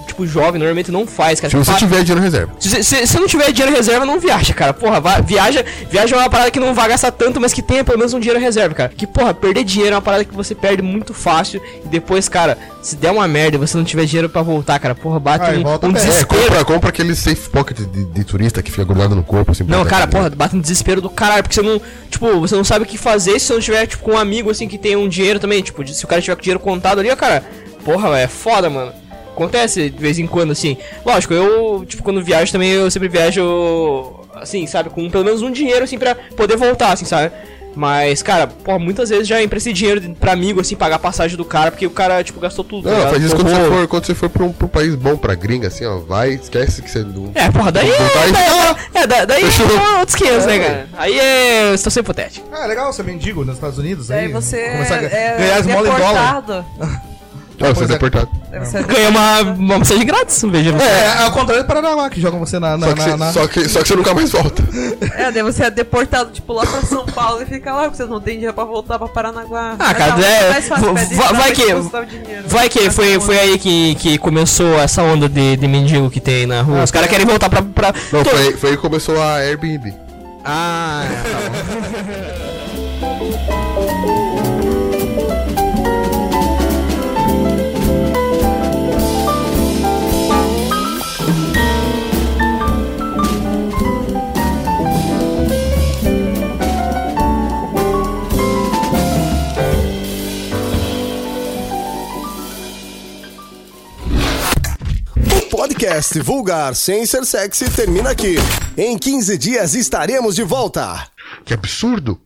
tipo, jovem normalmente não faz, cara. Se você Para- tiver dinheiro reserva. se você se, você não tiver dinheiro reserva, não viaja, cara. Porra, va- viaja, viaja é uma parada que não vai gastar tanto, mas que tenha pelo menos um dinheiro reserva, cara. Que, porra, perder dinheiro é uma parada que você perde muito fácil. E depois, cara, se der uma merda e você não tiver dinheiro pra voltar, cara, porra, bate Aí um, volta um a pé. É, desespero. compra, compra aquele safe pocket de, de turista que fica grudado no corpo, assim. Não, pra- cara, porra, bate um desespero do caralho, porque você não, tipo, você não sabe o que fazer se você não tiver, tipo, com um amigo, assim, que tem um dinheiro também, tipo, se o cara tiver com dinheiro contado ali, ó, cara, porra, é foda, mano. Acontece de vez em quando, assim. Lógico, eu, tipo, quando viajo também, eu sempre viajo, assim, sabe, com pelo menos um dinheiro, assim, pra poder voltar, assim, sabe? Mas, cara, porra, muitas vezes já emprestei dinheiro de- pra amigo, assim, pagar a passagem do cara, porque o cara, tipo, gastou tudo. tá Não, ligado? faz isso quando Porra. você for, quando você for pra um, pra um país bom, pra gringa, assim, ó. Vai, esquece que você não. Ah, É, porra, daí. Voltar e- daí é, da- daí Fechou. é outros 500, né, cara? Aí é. Estou hipotética. Ah, legal ser mendigo nos Estados Unidos. Daí Aí você começar a ga- é ganhar esmola em dólar. deportado. Ah, você é Pois é. deportado. Daí você é Ganhou uma, uma mensagem grátis, um beijo. É, é ao contrário do Paranaguá, que jogam você na. na, Só que, na, você, na- Só, que, só que você nunca mais volta. É, daí você é deportado, tipo, lá pra São Paulo e fica lá, porque você não tem dinheiro pra voltar pra Paranaguá. Ah, Mas cara, não, é, mais fácil, va- pede va- vai pra que- depositar o dinheiro. Vai que foi, foi aí que, que começou essa onda de, de mendigo que tem na rua. Os caras querem voltar pra. pra... Ah, Não, Tô- foi, aí- foi aí que começou a Airbnb. Ah, tá bom. O podcast Vulgar Sem Ser Sexy termina aqui. Em 15 dias estaremos de volta. Que absurdo!